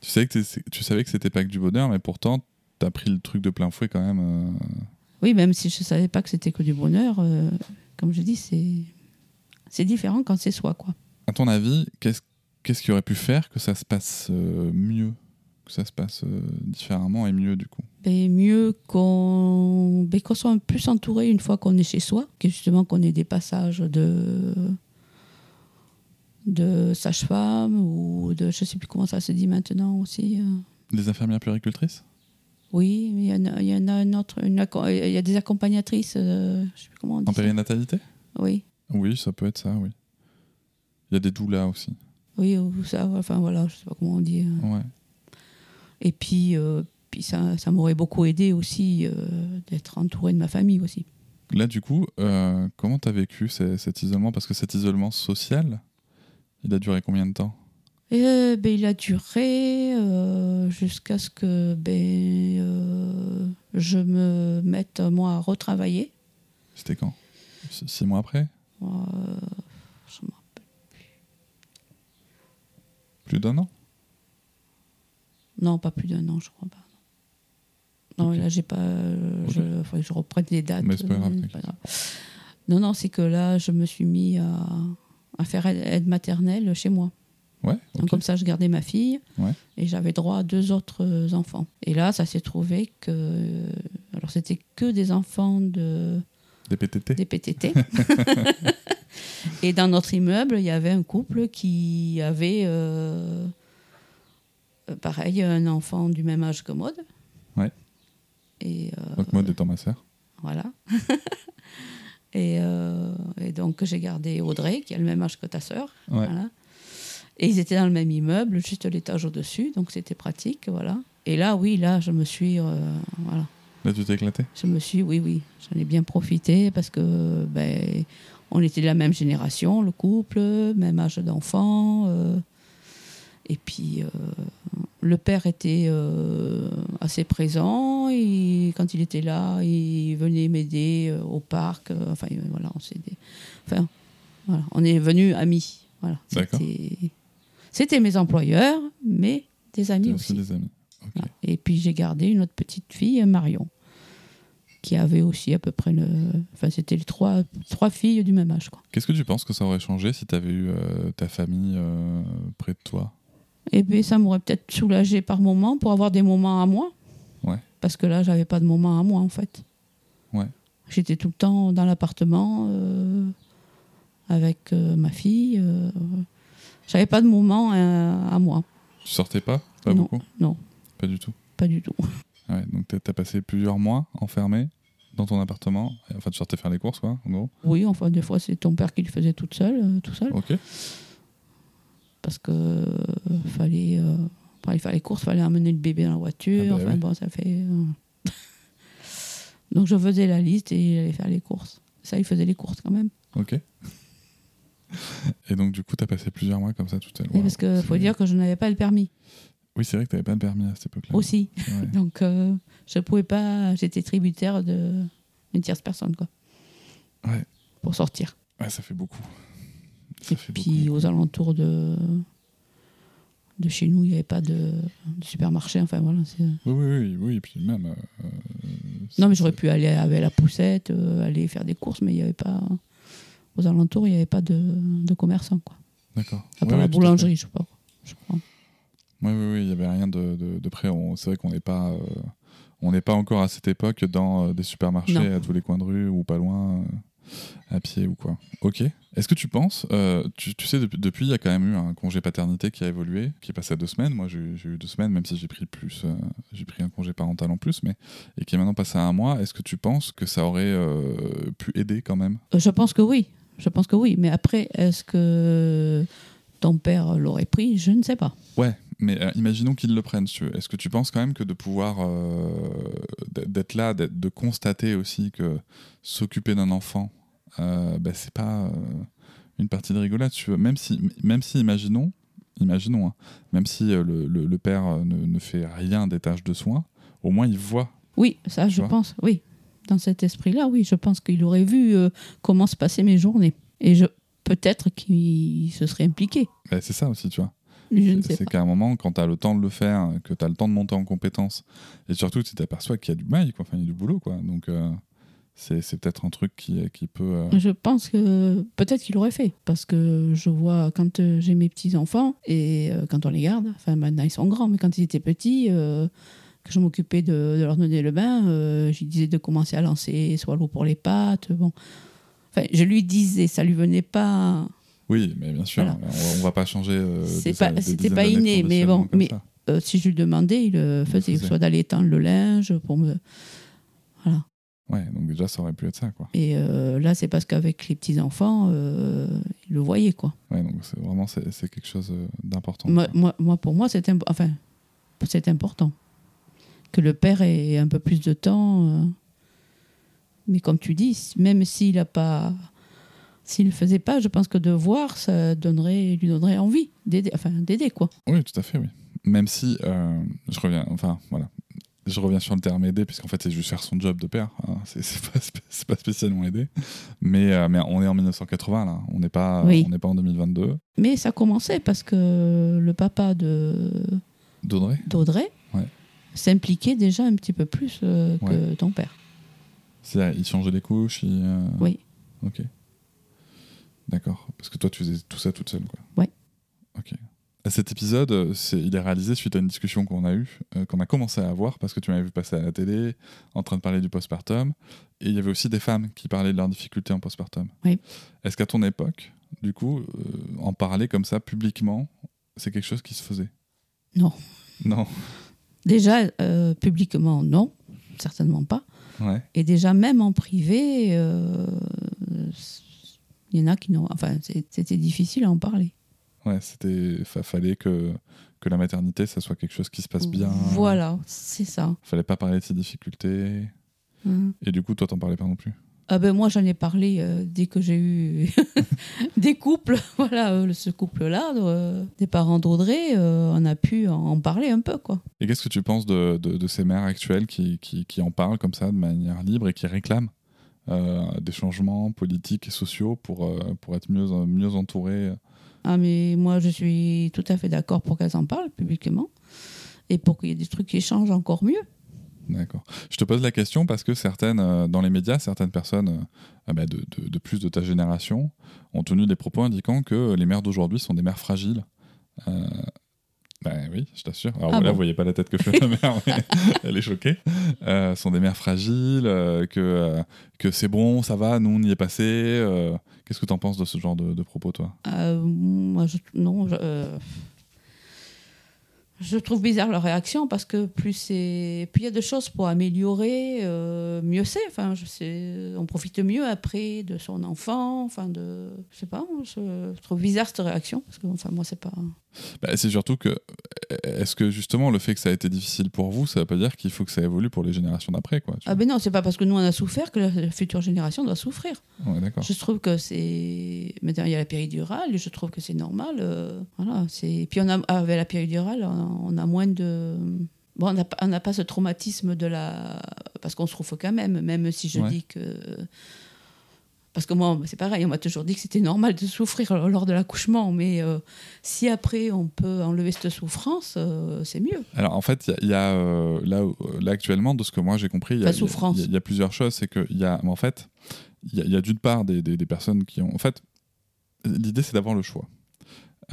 [SPEAKER 3] Tu savais que t'es- c'est- tu savais que c'était pas que du bonheur, mais pourtant t'as pris le truc de plein fouet quand même. euh,
[SPEAKER 2] Oui, même si je ne savais pas que c'était que du bonheur, euh, comme je dis, c'est c'est différent quand c'est soi, quoi.
[SPEAKER 3] À ton avis, qu'est-ce qu'est-ce qui aurait pu faire que ça se passe euh, mieux, que ça se passe euh, différemment et mieux du coup
[SPEAKER 2] Mais mieux qu'on ben, qu'on soit plus entouré une fois qu'on est chez soi, que justement qu'on ait des passages de de sage-femme ou de je sais plus comment ça se dit maintenant aussi. euh.
[SPEAKER 3] Les infirmières puéricultrices
[SPEAKER 2] Oui, mais il y en a- il y, en a une autre, une acco- il y a des accompagnatrices, euh, je sais plus comment on dit.
[SPEAKER 3] en
[SPEAKER 2] ça.
[SPEAKER 3] périnatalité
[SPEAKER 2] Oui,
[SPEAKER 3] Oui, ça peut être ça. Oui. Il y a des doulas aussi.
[SPEAKER 2] oui, ou ça, enfin voilà, je sais pas comment on dit. euh.
[SPEAKER 3] Ouais.
[SPEAKER 2] Et puis, euh, puis ça, ça m'aurait beaucoup aidé aussi euh, d'être entourée de ma famille aussi.
[SPEAKER 3] Là, du coup, euh, comment t'as vécu ces- cet isolement Parce que cet isolement social, il a duré combien de temps
[SPEAKER 2] Et, euh, ben, il a duré euh, jusqu'à ce que ben, euh, je me mette moi à retravailler.
[SPEAKER 3] C'était quand S- Six mois après
[SPEAKER 2] Euh, je me rappelle-
[SPEAKER 3] Plus d'un an
[SPEAKER 2] non, pas plus d'un an, je crois pas. Non,
[SPEAKER 3] Ok.
[SPEAKER 2] là, j'ai pas. euh,
[SPEAKER 3] Ok.
[SPEAKER 2] Je, faudrait que je reprenne les dates.
[SPEAKER 3] Mais c'est pas
[SPEAKER 2] euh,
[SPEAKER 3] grave,
[SPEAKER 2] pas grave. Non, non, c'est que là, je me suis mis à, à faire aide- aide maternelle chez moi.
[SPEAKER 3] Ouais,
[SPEAKER 2] Donc,
[SPEAKER 3] ok.
[SPEAKER 2] comme ça, je gardais ma fille
[SPEAKER 3] Ouais.
[SPEAKER 2] et j'avais droit à deux autres euh, enfants. Et là, ça s'est trouvé que. euh, Alors, c'était que des enfants de,
[SPEAKER 3] Des PTT
[SPEAKER 2] des
[SPEAKER 3] *laughs*
[SPEAKER 2] PTT. et dans notre immeuble, il y avait un couple qui avait, euh, euh, pareil, un enfant du même âge que Maud.
[SPEAKER 3] Ouais.
[SPEAKER 2] Et euh,
[SPEAKER 3] Donc, Maud étant ma sœur.
[SPEAKER 2] voilà. *laughs* et, euh, et donc, j'ai gardé Audrey, qui a le même âge que ta sœur.
[SPEAKER 3] Ouais.
[SPEAKER 2] Voilà. Et ils étaient dans le même immeuble, juste l'étage au-dessus, donc c'était pratique, voilà. Et là, oui, là, je me suis, euh, voilà,
[SPEAKER 3] Là, tu t'es éclaté
[SPEAKER 2] je me suis, oui, oui, j'en ai bien profité parce que, ben, on était de la même génération, le couple, même âge d'enfant, euh, et puis euh, le père était euh, assez présent. Et quand il était là, il venait m'aider euh, au parc. euh, enfin, euh, voilà, on s'est, aidé. enfin, voilà, on est venus amis. Voilà,
[SPEAKER 3] D'accord.
[SPEAKER 2] c'était- c'était mes employeurs, mais des amis
[SPEAKER 3] T'as
[SPEAKER 2] aussi.
[SPEAKER 3] aussi des amis. Ok.
[SPEAKER 2] Voilà. Et puis j'ai gardé une autre petite fille, Marion, qui avait aussi à peu près le. Enfin, c'était les trois, trois filles du même âge. Quoi.
[SPEAKER 3] Qu'est-ce que tu penses que ça aurait changé si t'avais eu euh, ta famille euh, près de toi
[SPEAKER 2] Et puis ça m'aurait peut-être soulagée par moments pour avoir des moments à moi.
[SPEAKER 3] Ouais.
[SPEAKER 2] Parce que là, j'avais pas de moments à moi en fait.
[SPEAKER 3] Ouais.
[SPEAKER 2] J'étais tout le temps dans l'appartement euh, avec euh, ma fille. euh, j'avais pas de moment euh, à moi.
[SPEAKER 3] Tu sortais pas Pas
[SPEAKER 2] Non.
[SPEAKER 3] beaucoup
[SPEAKER 2] Non,
[SPEAKER 3] Pas du tout.
[SPEAKER 2] pas du tout.
[SPEAKER 3] Ouais, donc t'as t'as passé plusieurs mois enfermé dans ton appartement. Enfin, tu sortais faire les courses, quoi, en gros.
[SPEAKER 2] Oui, enfin, des fois, c'est ton père qui le faisait toute seule, euh, tout seul.
[SPEAKER 3] Ok.
[SPEAKER 2] parce que euh, fallait euh, pour aller faire les courses, fallait amener le bébé dans la voiture.
[SPEAKER 3] Ah bah
[SPEAKER 2] enfin
[SPEAKER 3] oui.
[SPEAKER 2] bon, ça fait. euh, *laughs* Donc je faisais la liste et il allait faire les courses. Ça, il faisait les courses quand même.
[SPEAKER 3] Ok. Et donc, du coup, t'as passé plusieurs mois comme ça tout à l'heure.
[SPEAKER 2] Et parce que faut dire que je n'avais pas le permis
[SPEAKER 3] Ah Oui, c'est vrai que t'avais pas de permis à cette époque-là.
[SPEAKER 2] aussi. *laughs*
[SPEAKER 3] C'est vrai.
[SPEAKER 2] Donc euh, je pouvais pas. J'étais tributaire de d'une tierce personne quoi.
[SPEAKER 3] Ouais.
[SPEAKER 2] Pour sortir.
[SPEAKER 3] Ouais, ça fait beaucoup. Ça
[SPEAKER 2] et
[SPEAKER 3] fait
[SPEAKER 2] puis
[SPEAKER 3] beaucoup.
[SPEAKER 2] aux alentours de de chez nous, il n'y avait pas de, de supermarché. Enfin voilà. c'est-
[SPEAKER 3] Oui, oui, oui, oui, et puis même. euh, euh,
[SPEAKER 2] Non, mais j'aurais pu aller avec la poussette, euh, aller faire des courses, mais il n'y avait pas. Aux alentours, il n'y avait pas de, de commerçants, quoi.
[SPEAKER 3] D'accord.
[SPEAKER 2] À part
[SPEAKER 3] Ouais,
[SPEAKER 2] la
[SPEAKER 3] ouais, tout à fait.
[SPEAKER 2] boulangerie, je sais pas. Je crois.
[SPEAKER 3] Oui, oui, oui, il n'y avait rien de, de, de près. On- C'est vrai qu'on n'est pas, euh, on n'est pas encore à cette époque dans euh, des supermarchés
[SPEAKER 2] Non.
[SPEAKER 3] à tous les coins de rue ou pas loin, euh, à pied ou quoi. Ok. Est-ce que tu penses, euh, tu, tu sais, depuis, depuis, il y a quand même eu un congé paternité qui a évolué, qui est passé à deux semaines. Moi, j'ai eu- j'ai eu deux semaines, même si j'ai pris plus, euh, j'ai pris un congé parental en plus, mais et qui est maintenant passé à un mois. Est-ce que tu penses que ça aurait euh, pu aider quand même
[SPEAKER 2] Euh, Je pense que oui. Je pense que oui. Mais après, est-ce que ton père l'aurait pris Je ne sais pas.
[SPEAKER 3] Ouais, mais euh, imaginons qu'ils le prennent, si tu veux. Est-ce que tu penses quand même que de pouvoir euh, d- d'être là, d'être- de constater aussi que s'occuper d'un enfant, euh, bah, c'est pas euh, une partie de rigolade, si tu veux. Même si, même si imaginons, imaginons, hein, même si euh, le, le- le père euh, ne, ne fait rien des tâches de soins, au moins il voit.
[SPEAKER 2] Oui, ça,
[SPEAKER 3] Tu
[SPEAKER 2] je
[SPEAKER 3] vois
[SPEAKER 2] pense. Oui. Dans cet esprit-là, oui. Je pense qu'il aurait vu euh, comment se passaient mes journées. Et je peut-être qu'il se serait impliqué.
[SPEAKER 3] Bah, c'est ça aussi, tu vois.
[SPEAKER 2] Je ne sais
[SPEAKER 3] C'est
[SPEAKER 2] pas.
[SPEAKER 3] qu'à un moment, quand tu as le temps de le faire, que tu as le temps de monter en compétence, et surtout tu t'aperçois qu'il y a du mail, quoi. Enfin, il y a du boulot, quoi. Donc euh, c'est c'est peut-être un truc qui, qui peut... euh,
[SPEAKER 2] Je pense que peut-être qu'il aurait fait, parce que je vois quand euh, j'ai mes petits-enfants et euh, quand on les garde, enfin maintenant ils sont grands, mais quand ils étaient petits, euh, que je m'occupais de, de leur donner le bain, euh, je lui disais de commencer à lancer soit l'eau pour les pattes, bon. Enfin, je lui disais, ça lui venait pas.
[SPEAKER 3] Oui, mais bien sûr,
[SPEAKER 2] Voilà.
[SPEAKER 3] on, va, on va pas changer... euh,
[SPEAKER 2] C'est
[SPEAKER 3] des-
[SPEAKER 2] pas-
[SPEAKER 3] des
[SPEAKER 2] c'était
[SPEAKER 3] dizaines
[SPEAKER 2] pas
[SPEAKER 3] d'années de
[SPEAKER 2] inné, mais bon,
[SPEAKER 3] conditionnement comme
[SPEAKER 2] mais-
[SPEAKER 3] ça.
[SPEAKER 2] Euh, si je lui demandais, il le faisait,
[SPEAKER 3] faisait.
[SPEAKER 2] soit d'aller étendre le linge pour me. Voilà.
[SPEAKER 3] Ouais, donc déjà ça aurait pu être ça, quoi.
[SPEAKER 2] Et euh, là, c'est parce qu'avec les petits-enfants, euh, il le voyait, quoi.
[SPEAKER 3] Ouais, donc c'est vraiment c'est c'est quelque chose euh, d'important.
[SPEAKER 2] Moi,
[SPEAKER 3] quoi.
[SPEAKER 2] moi, moi, pour moi, c'est imp- enfin, c'est important que le père ait un peu plus de temps. euh, Mais comme tu dis, même s'il a pas, s'il le faisait pas, je pense que de voir, ça donnerait, lui donnerait envie d'aider, enfin d'aider quoi.
[SPEAKER 3] Oui, tout à fait, oui. Même si, euh, je reviens, enfin, voilà. Je reviens sur le terme aider, puisqu'en fait, c'est juste faire son job de père. hein. *laughs* C'est c'est pas, spé- c'est pas spécialement aider. Mais, euh, mais on est en 1980, là. On n'est pas,
[SPEAKER 2] Oui.
[SPEAKER 3] on n'est pas en 2022.
[SPEAKER 2] Mais ça commençait parce que le papa de
[SPEAKER 3] D'Audrey
[SPEAKER 2] d'Audrey
[SPEAKER 3] Ouais.
[SPEAKER 2] s'impliquait déjà un petit peu plus euh, que
[SPEAKER 3] Ouais.
[SPEAKER 2] ton père.
[SPEAKER 3] C'est-à-dire, il changeait les couches il, euh,
[SPEAKER 2] Oui.
[SPEAKER 3] Ok. D'accord. Parce que toi, tu faisais tout ça toute seule, quoi.
[SPEAKER 2] Ouais.
[SPEAKER 3] Ok. À Cet épisode, euh, c'est, il est réalisé suite à une discussion qu'on a eue, euh, qu'on a commencé à avoir, parce que tu m'avais vu passer à la télé, en train de parler du postpartum, et il y avait aussi des femmes qui parlaient de leurs difficultés en postpartum.
[SPEAKER 2] Oui.
[SPEAKER 3] Est-ce qu'à ton époque, du coup, euh, en parler comme ça publiquement, c'est quelque chose qui se faisait
[SPEAKER 2] Non.
[SPEAKER 3] Non.
[SPEAKER 2] Déjà euh, publiquement, non, certainement pas.
[SPEAKER 3] Ouais.
[SPEAKER 2] Et déjà, même en privé, euh, il y en a qui n'ont. Enfin, c'est- c'était difficile à en parler.
[SPEAKER 3] Ouais, c'était. fa- fallait que, que la maternité, ça soit quelque chose qui se passe bien.
[SPEAKER 2] Voilà, c'est ça.
[SPEAKER 3] Fallait pas parler de ses difficultés.
[SPEAKER 2] Hein.
[SPEAKER 3] Et du coup, toi, t'en parlais pas non plus.
[SPEAKER 2] Ah ben moi, j'en ai parlé euh, dès que j'ai eu *laughs* des couples. *laughs* Voilà, euh, ce couple-là, euh, des parents d'Audrey, euh, on a pu en parler un peu, quoi.
[SPEAKER 3] Et qu'est-ce que tu penses de, de- de ces mères actuelles qui, qui, qui en parlent comme ça de manière libre et qui réclament euh, des changements politiques et sociaux pour, euh, pour être mieux, mieux entourées
[SPEAKER 2] Ah, mais moi, je suis tout à fait d'accord pour qu'elles en parlent publiquement et pour qu'il y ait des trucs qui changent encore mieux.
[SPEAKER 3] D'accord. Je te pose la question parce que certaines, euh, dans les médias, certaines personnes euh, ah bah, de, de- de plus de ta génération ont tenu des propos indiquant que les mères d'aujourd'hui sont des mères fragiles. Euh, ben oui, je t'assure. Alors
[SPEAKER 2] Ah
[SPEAKER 3] voilà,
[SPEAKER 2] bon
[SPEAKER 3] vous voyez pas la tête
[SPEAKER 2] *laughs*
[SPEAKER 3] que fait ma mère, mais *laughs* elle est choquée. Euh, sont des mères fragiles, euh, que, euh, que c'est bon, ça va, nous on y est passé. euh. Qu'est-ce que t'en penses de ce genre de, de propos, toi
[SPEAKER 2] Euh, moi, je, non, je, euh, je trouve bizarre leur réaction parce que plus c'est, plus il y a de choses pour améliorer, euh, mieux c'est. Enfin, je sais, on profite mieux après de son enfant. Enfin, de, je sais pas, moi, je, trouve bizarre cette réaction parce que, enfin, moi, c'est pas.
[SPEAKER 3] Bah, C'est surtout que, euh, est-ce que justement le fait que ça a été difficile pour vous, ça veut pas dire qu'il faut que ça évolue pour les générations d'après, quoi tu
[SPEAKER 2] Ah ben non, c'est pas parce que nous on a souffert que la future génération doit souffrir.
[SPEAKER 3] vois Ouais, d'accord.
[SPEAKER 2] Je trouve que c'est. Maintenant, il y a la péridurale, et je trouve que c'est normal. euh, voilà, c'est... Puis, on a, avec la péridurale, on a moins de. Bon, on n'a pas- on n'a pas ce traumatisme de la. Parce qu'on se trouve quand même, même si je
[SPEAKER 3] Ouais.
[SPEAKER 2] dis que. Parce que moi, c'est pareil, on m'a toujours dit que c'était normal de souffrir lors de l'accouchement, mais euh, si après on peut enlever cette souffrance, euh, c'est mieux.
[SPEAKER 3] Alors en fait, il y a, il y a, euh, là, où- là actuellement, de ce que moi j'ai compris, il y
[SPEAKER 2] Pas
[SPEAKER 3] a- il y, a-
[SPEAKER 2] souffrance.
[SPEAKER 3] il y a- il y a plusieurs choses. C'est que il y a, en fait, il y a, il y a d'une part des, des- des personnes qui ont. En fait, l'idée c'est d'avoir le choix.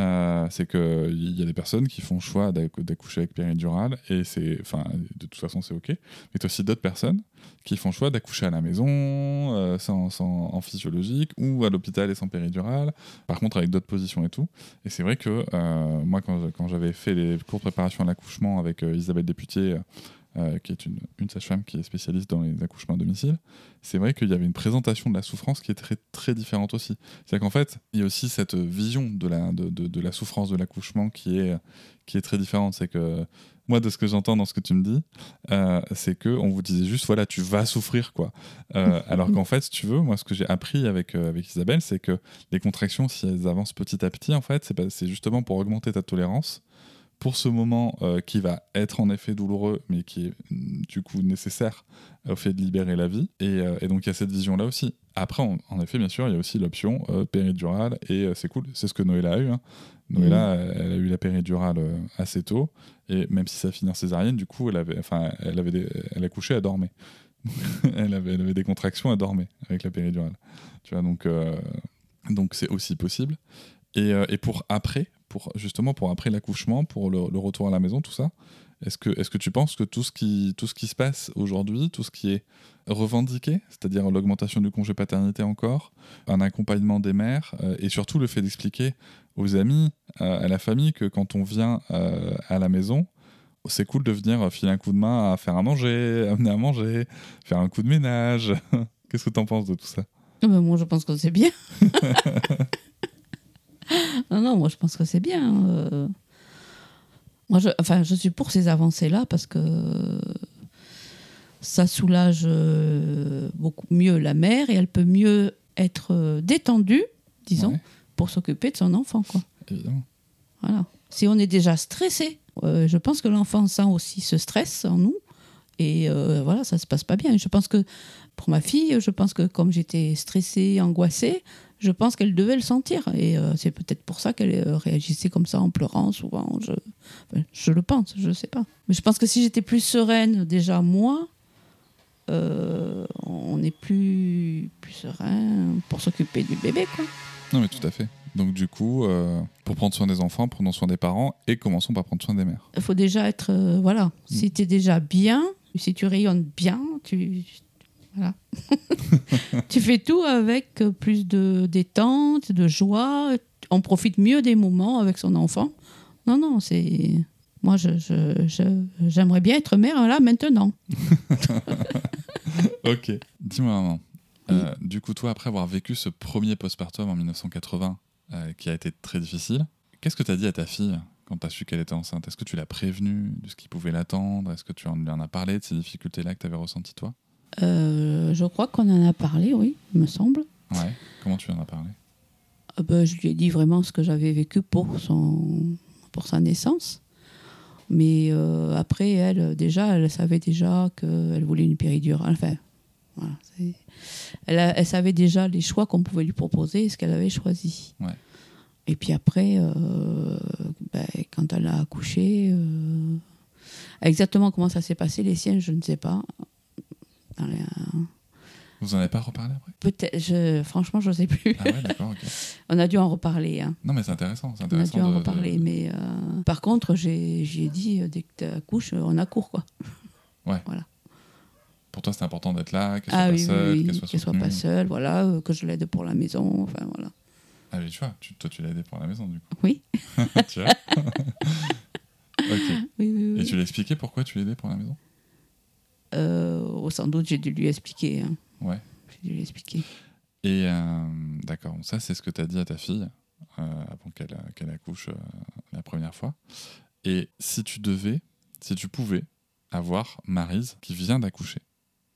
[SPEAKER 3] Euh, c'est que il y a des personnes qui font le choix d'ac- d'accoucher avec péridurale et c'est, enfin, de toute façon c'est ok. Mais t'as aussi d'autres personnes qui font le choix d'accoucher à la maison, euh, sans, sans- en physiologique ou à l'hôpital et sans péridurale. Par contre, avec d'autres positions et tout. Et c'est vrai que euh, moi, quand, quand j'avais fait les cours de préparation à l'accouchement avec euh, Isabelle Députier, euh, euh, qui est une, une sage-femme qui est spécialiste dans les accouchements à domicile, c'est vrai qu'il y avait une présentation de la souffrance qui est très, très différente aussi. C'est-à-dire qu'en fait, il y a aussi cette vision de la, de, de- de la souffrance de l'accouchement qui est, qui est très différente. C'est que moi, de ce que j'entends dans ce que tu me dis, euh, c'est que on vous disait juste, voilà, tu vas souffrir, quoi. Euh, alors qu'en fait, si tu veux, moi, ce que j'ai appris avec, euh, avec Isabelle, c'est que les contractions, si elles avancent petit à petit, en fait, c'est pas- c'est justement pour augmenter ta tolérance pour ce moment euh, qui va être en effet douloureux, mais qui est mm, du coup nécessaire au fait de libérer la vie. Et, euh, et donc il y a cette vision-là aussi. Après, en- en effet, bien sûr, il y a aussi l'option euh, péridurale, et euh, c'est cool, c'est ce que Noëlla a eu. hein. Noëlla, elle, elle a eu la péridurale euh, assez tôt, et même si ça finit en césarienne, du coup, elle avait, enfin, elle avait, des- elle a couché, elle dormait. *laughs* elle, avait, elle avait des contractions, elle dormait avec la péridurale. Tu vois, donc euh, donc c'est aussi possible. Et, euh, et pour après, pour justement pour après l'accouchement, pour le, le retour à la maison, tout ça, est-ce que, est que tu penses que tout ce qui, tout ce qui se passe aujourd'hui, tout ce qui est revendiqué, c'est-à-dire l'augmentation du congé paternité encore, un accompagnement des mères, euh, et surtout le fait d'expliquer aux amis, euh, à la famille, que quand on vient euh, à la maison, c'est cool de venir filer un coup de main à faire à manger, *laughs* amener à manger, faire un coup de ménage. *laughs* Qu'est-ce que t'en penses de tout ça
[SPEAKER 2] Ah ben, moi, je pense que c'est bien. non, non, moi, je pense que c'est bien. euh. Moi, je, enfin, je suis pour ces avancées-là parce que ça soulage euh, beaucoup mieux la mère et elle peut mieux être euh, détendue, disons,
[SPEAKER 3] Ouais,
[SPEAKER 2] pour s'occuper de son enfant, quoi.
[SPEAKER 3] évidemment.
[SPEAKER 2] Voilà. Si on est déjà stressé, euh, je pense que l'enfant sent aussi ce stress en nous. Et euh, voilà, ça se passe pas bien. Je pense que pour ma fille, je pense que comme j'étais stressée, angoissée, je pense qu'elle devait le sentir. Et euh, c'est peut-être pour ça qu'elle euh, réagissait comme ça en pleurant souvent. Je, enfin, je le pense, je sais pas. Mais je pense que si j'étais plus sereine déjà moi, euh, on est plus, plus serein pour s'occuper du bébé. Quoi.
[SPEAKER 3] Non, mais tout à fait. Donc, du coup, euh, pour prendre soin des enfants, prenons soin des parents et commençons par prendre soin des mères.
[SPEAKER 2] il faut déjà être. euh, voilà. Si tu es déjà bien, si tu rayonnes bien, tu. Voilà. tu fais tout avec euh, plus de détente, de joie. On profite mieux des moments avec son enfant. Non, non, c'est. Moi, je, je- je- j'aimerais bien être mère là maintenant.
[SPEAKER 3] Ok. Dis-moi, maman. euh, du coup, toi, après avoir vécu ce premier postpartum en 1980, euh, qui a été très difficile, qu'est-ce que t'as dit à ta fille quand t'as su qu'elle était enceinte Est-ce que tu l'as prévenue de ce qui pouvait l'attendre Est-ce que tu en lui en as parlé de ces difficultés-là que t'avais ressenties, toi
[SPEAKER 2] Euh, je crois qu'on en a parlé, oui, il me semble.
[SPEAKER 3] Ouais. Comment tu en as parlé
[SPEAKER 2] Ah ben, je lui ai dit vraiment ce que j'avais vécu pour, son, pour sa naissance. Mais euh, après, elle, euh, déjà, elle savait déjà qu'elle voulait une péridurale. Enfin, voilà. c'est- Elle, a- elle savait déjà les choix qu'on pouvait lui proposer et ce qu'elle avait choisi.
[SPEAKER 3] Ouais.
[SPEAKER 2] Et puis après, euh, ben, quand elle a accouché, euh, exactement comment ça s'est passé, les siens, je ne sais pas. Dans les- euh,
[SPEAKER 3] Vous en avez pas reparlé après
[SPEAKER 2] Peut-être, je- franchement, je ne sais plus.
[SPEAKER 3] Ah ouais, d'accord, ok.
[SPEAKER 2] *laughs* On a dû en reparler. hein.
[SPEAKER 3] Non, mais c'est intéressant. C'est
[SPEAKER 2] On a
[SPEAKER 3] intéressant
[SPEAKER 2] dû en
[SPEAKER 3] de- de-
[SPEAKER 2] reparler, mais euh, par contre, j'ai j'ai dit euh, dès que tu accouches, euh, on accourt quoi.
[SPEAKER 3] Pour toi, c'est important d'être là, qu'elle soit
[SPEAKER 2] ah
[SPEAKER 3] pas
[SPEAKER 2] oui, oui,
[SPEAKER 3] seule,
[SPEAKER 2] oui,
[SPEAKER 3] qu'elle soit, soutenue.
[SPEAKER 2] pas seule, voilà, euh, que je l'aide pour la maison, enfin voilà.
[SPEAKER 3] Ah mais tu vois, tu- toi tu l'as aidé pour la maison du coup. *laughs*
[SPEAKER 2] Oui,
[SPEAKER 3] tu vois *laughs* Ok.
[SPEAKER 2] oui, oui. oui.
[SPEAKER 3] Et tu l'as expliqué pourquoi tu l'as aidé pour la maison
[SPEAKER 2] Euh, oh, sans doute, j'ai dû lui expliquer. hein.
[SPEAKER 3] Ouais.
[SPEAKER 2] J'ai dû lui expliquer.
[SPEAKER 3] Et euh, d'accord, donc ça c'est ce que tu as dit à ta fille euh, avant qu'elle euh, qu'elle accouche euh, la première fois. Et si tu devais, si tu pouvais avoir Marise qui vient d'accoucher,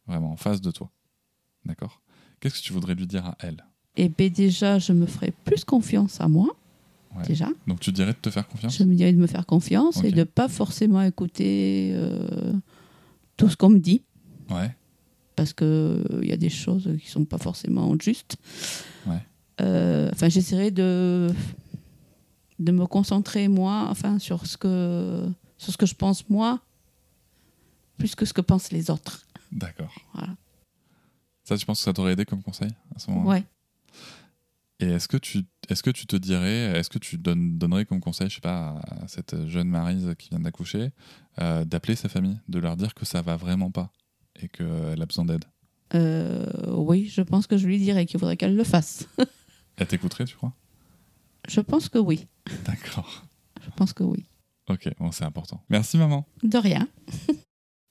[SPEAKER 3] vraiment en face de toi, d'accord Qu'est-ce que tu voudrais lui dire à elle
[SPEAKER 2] Et ben déjà, je me ferai plus confiance à moi,
[SPEAKER 3] Ouais.
[SPEAKER 2] déjà.
[SPEAKER 3] Donc tu dirais de te faire confiance
[SPEAKER 2] Je me dirais de me faire confiance et
[SPEAKER 3] Ok.
[SPEAKER 2] de pas forcément écouter euh, tout ce qu'on me dit.
[SPEAKER 3] Ouais,
[SPEAKER 2] parce qu'il y a des choses qui ne sont pas forcément justes.
[SPEAKER 3] Ouais.
[SPEAKER 2] Euh, enfin, j'essaierai de, de me concentrer, moi, enfin, sur ce, que, sur ce que je pense, moi, plus que ce que pensent les autres.
[SPEAKER 3] D'accord.
[SPEAKER 2] Voilà.
[SPEAKER 3] Ça, tu penses que ça t'aurait aidé comme conseil à ce moment
[SPEAKER 2] Ouais.
[SPEAKER 3] Et est-ce que tu est-ce que tu te dirais, est-ce que tu donnes- donnerais comme conseil, je sais pas, à cette jeune Marise qui vient d'accoucher, euh, d'appeler sa famille, de leur dire que ça va vraiment pas et qu'elle a besoin d'aide
[SPEAKER 2] Euh, oui, je pense que je lui dirais qu'il faudrait qu'elle le fasse.
[SPEAKER 3] Elle t'écouterait, tu crois
[SPEAKER 2] je pense que oui.
[SPEAKER 3] D'accord.
[SPEAKER 2] Je pense que oui.
[SPEAKER 3] Ok, bon, c'est important. Merci maman.
[SPEAKER 2] De rien.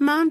[SPEAKER 6] Mom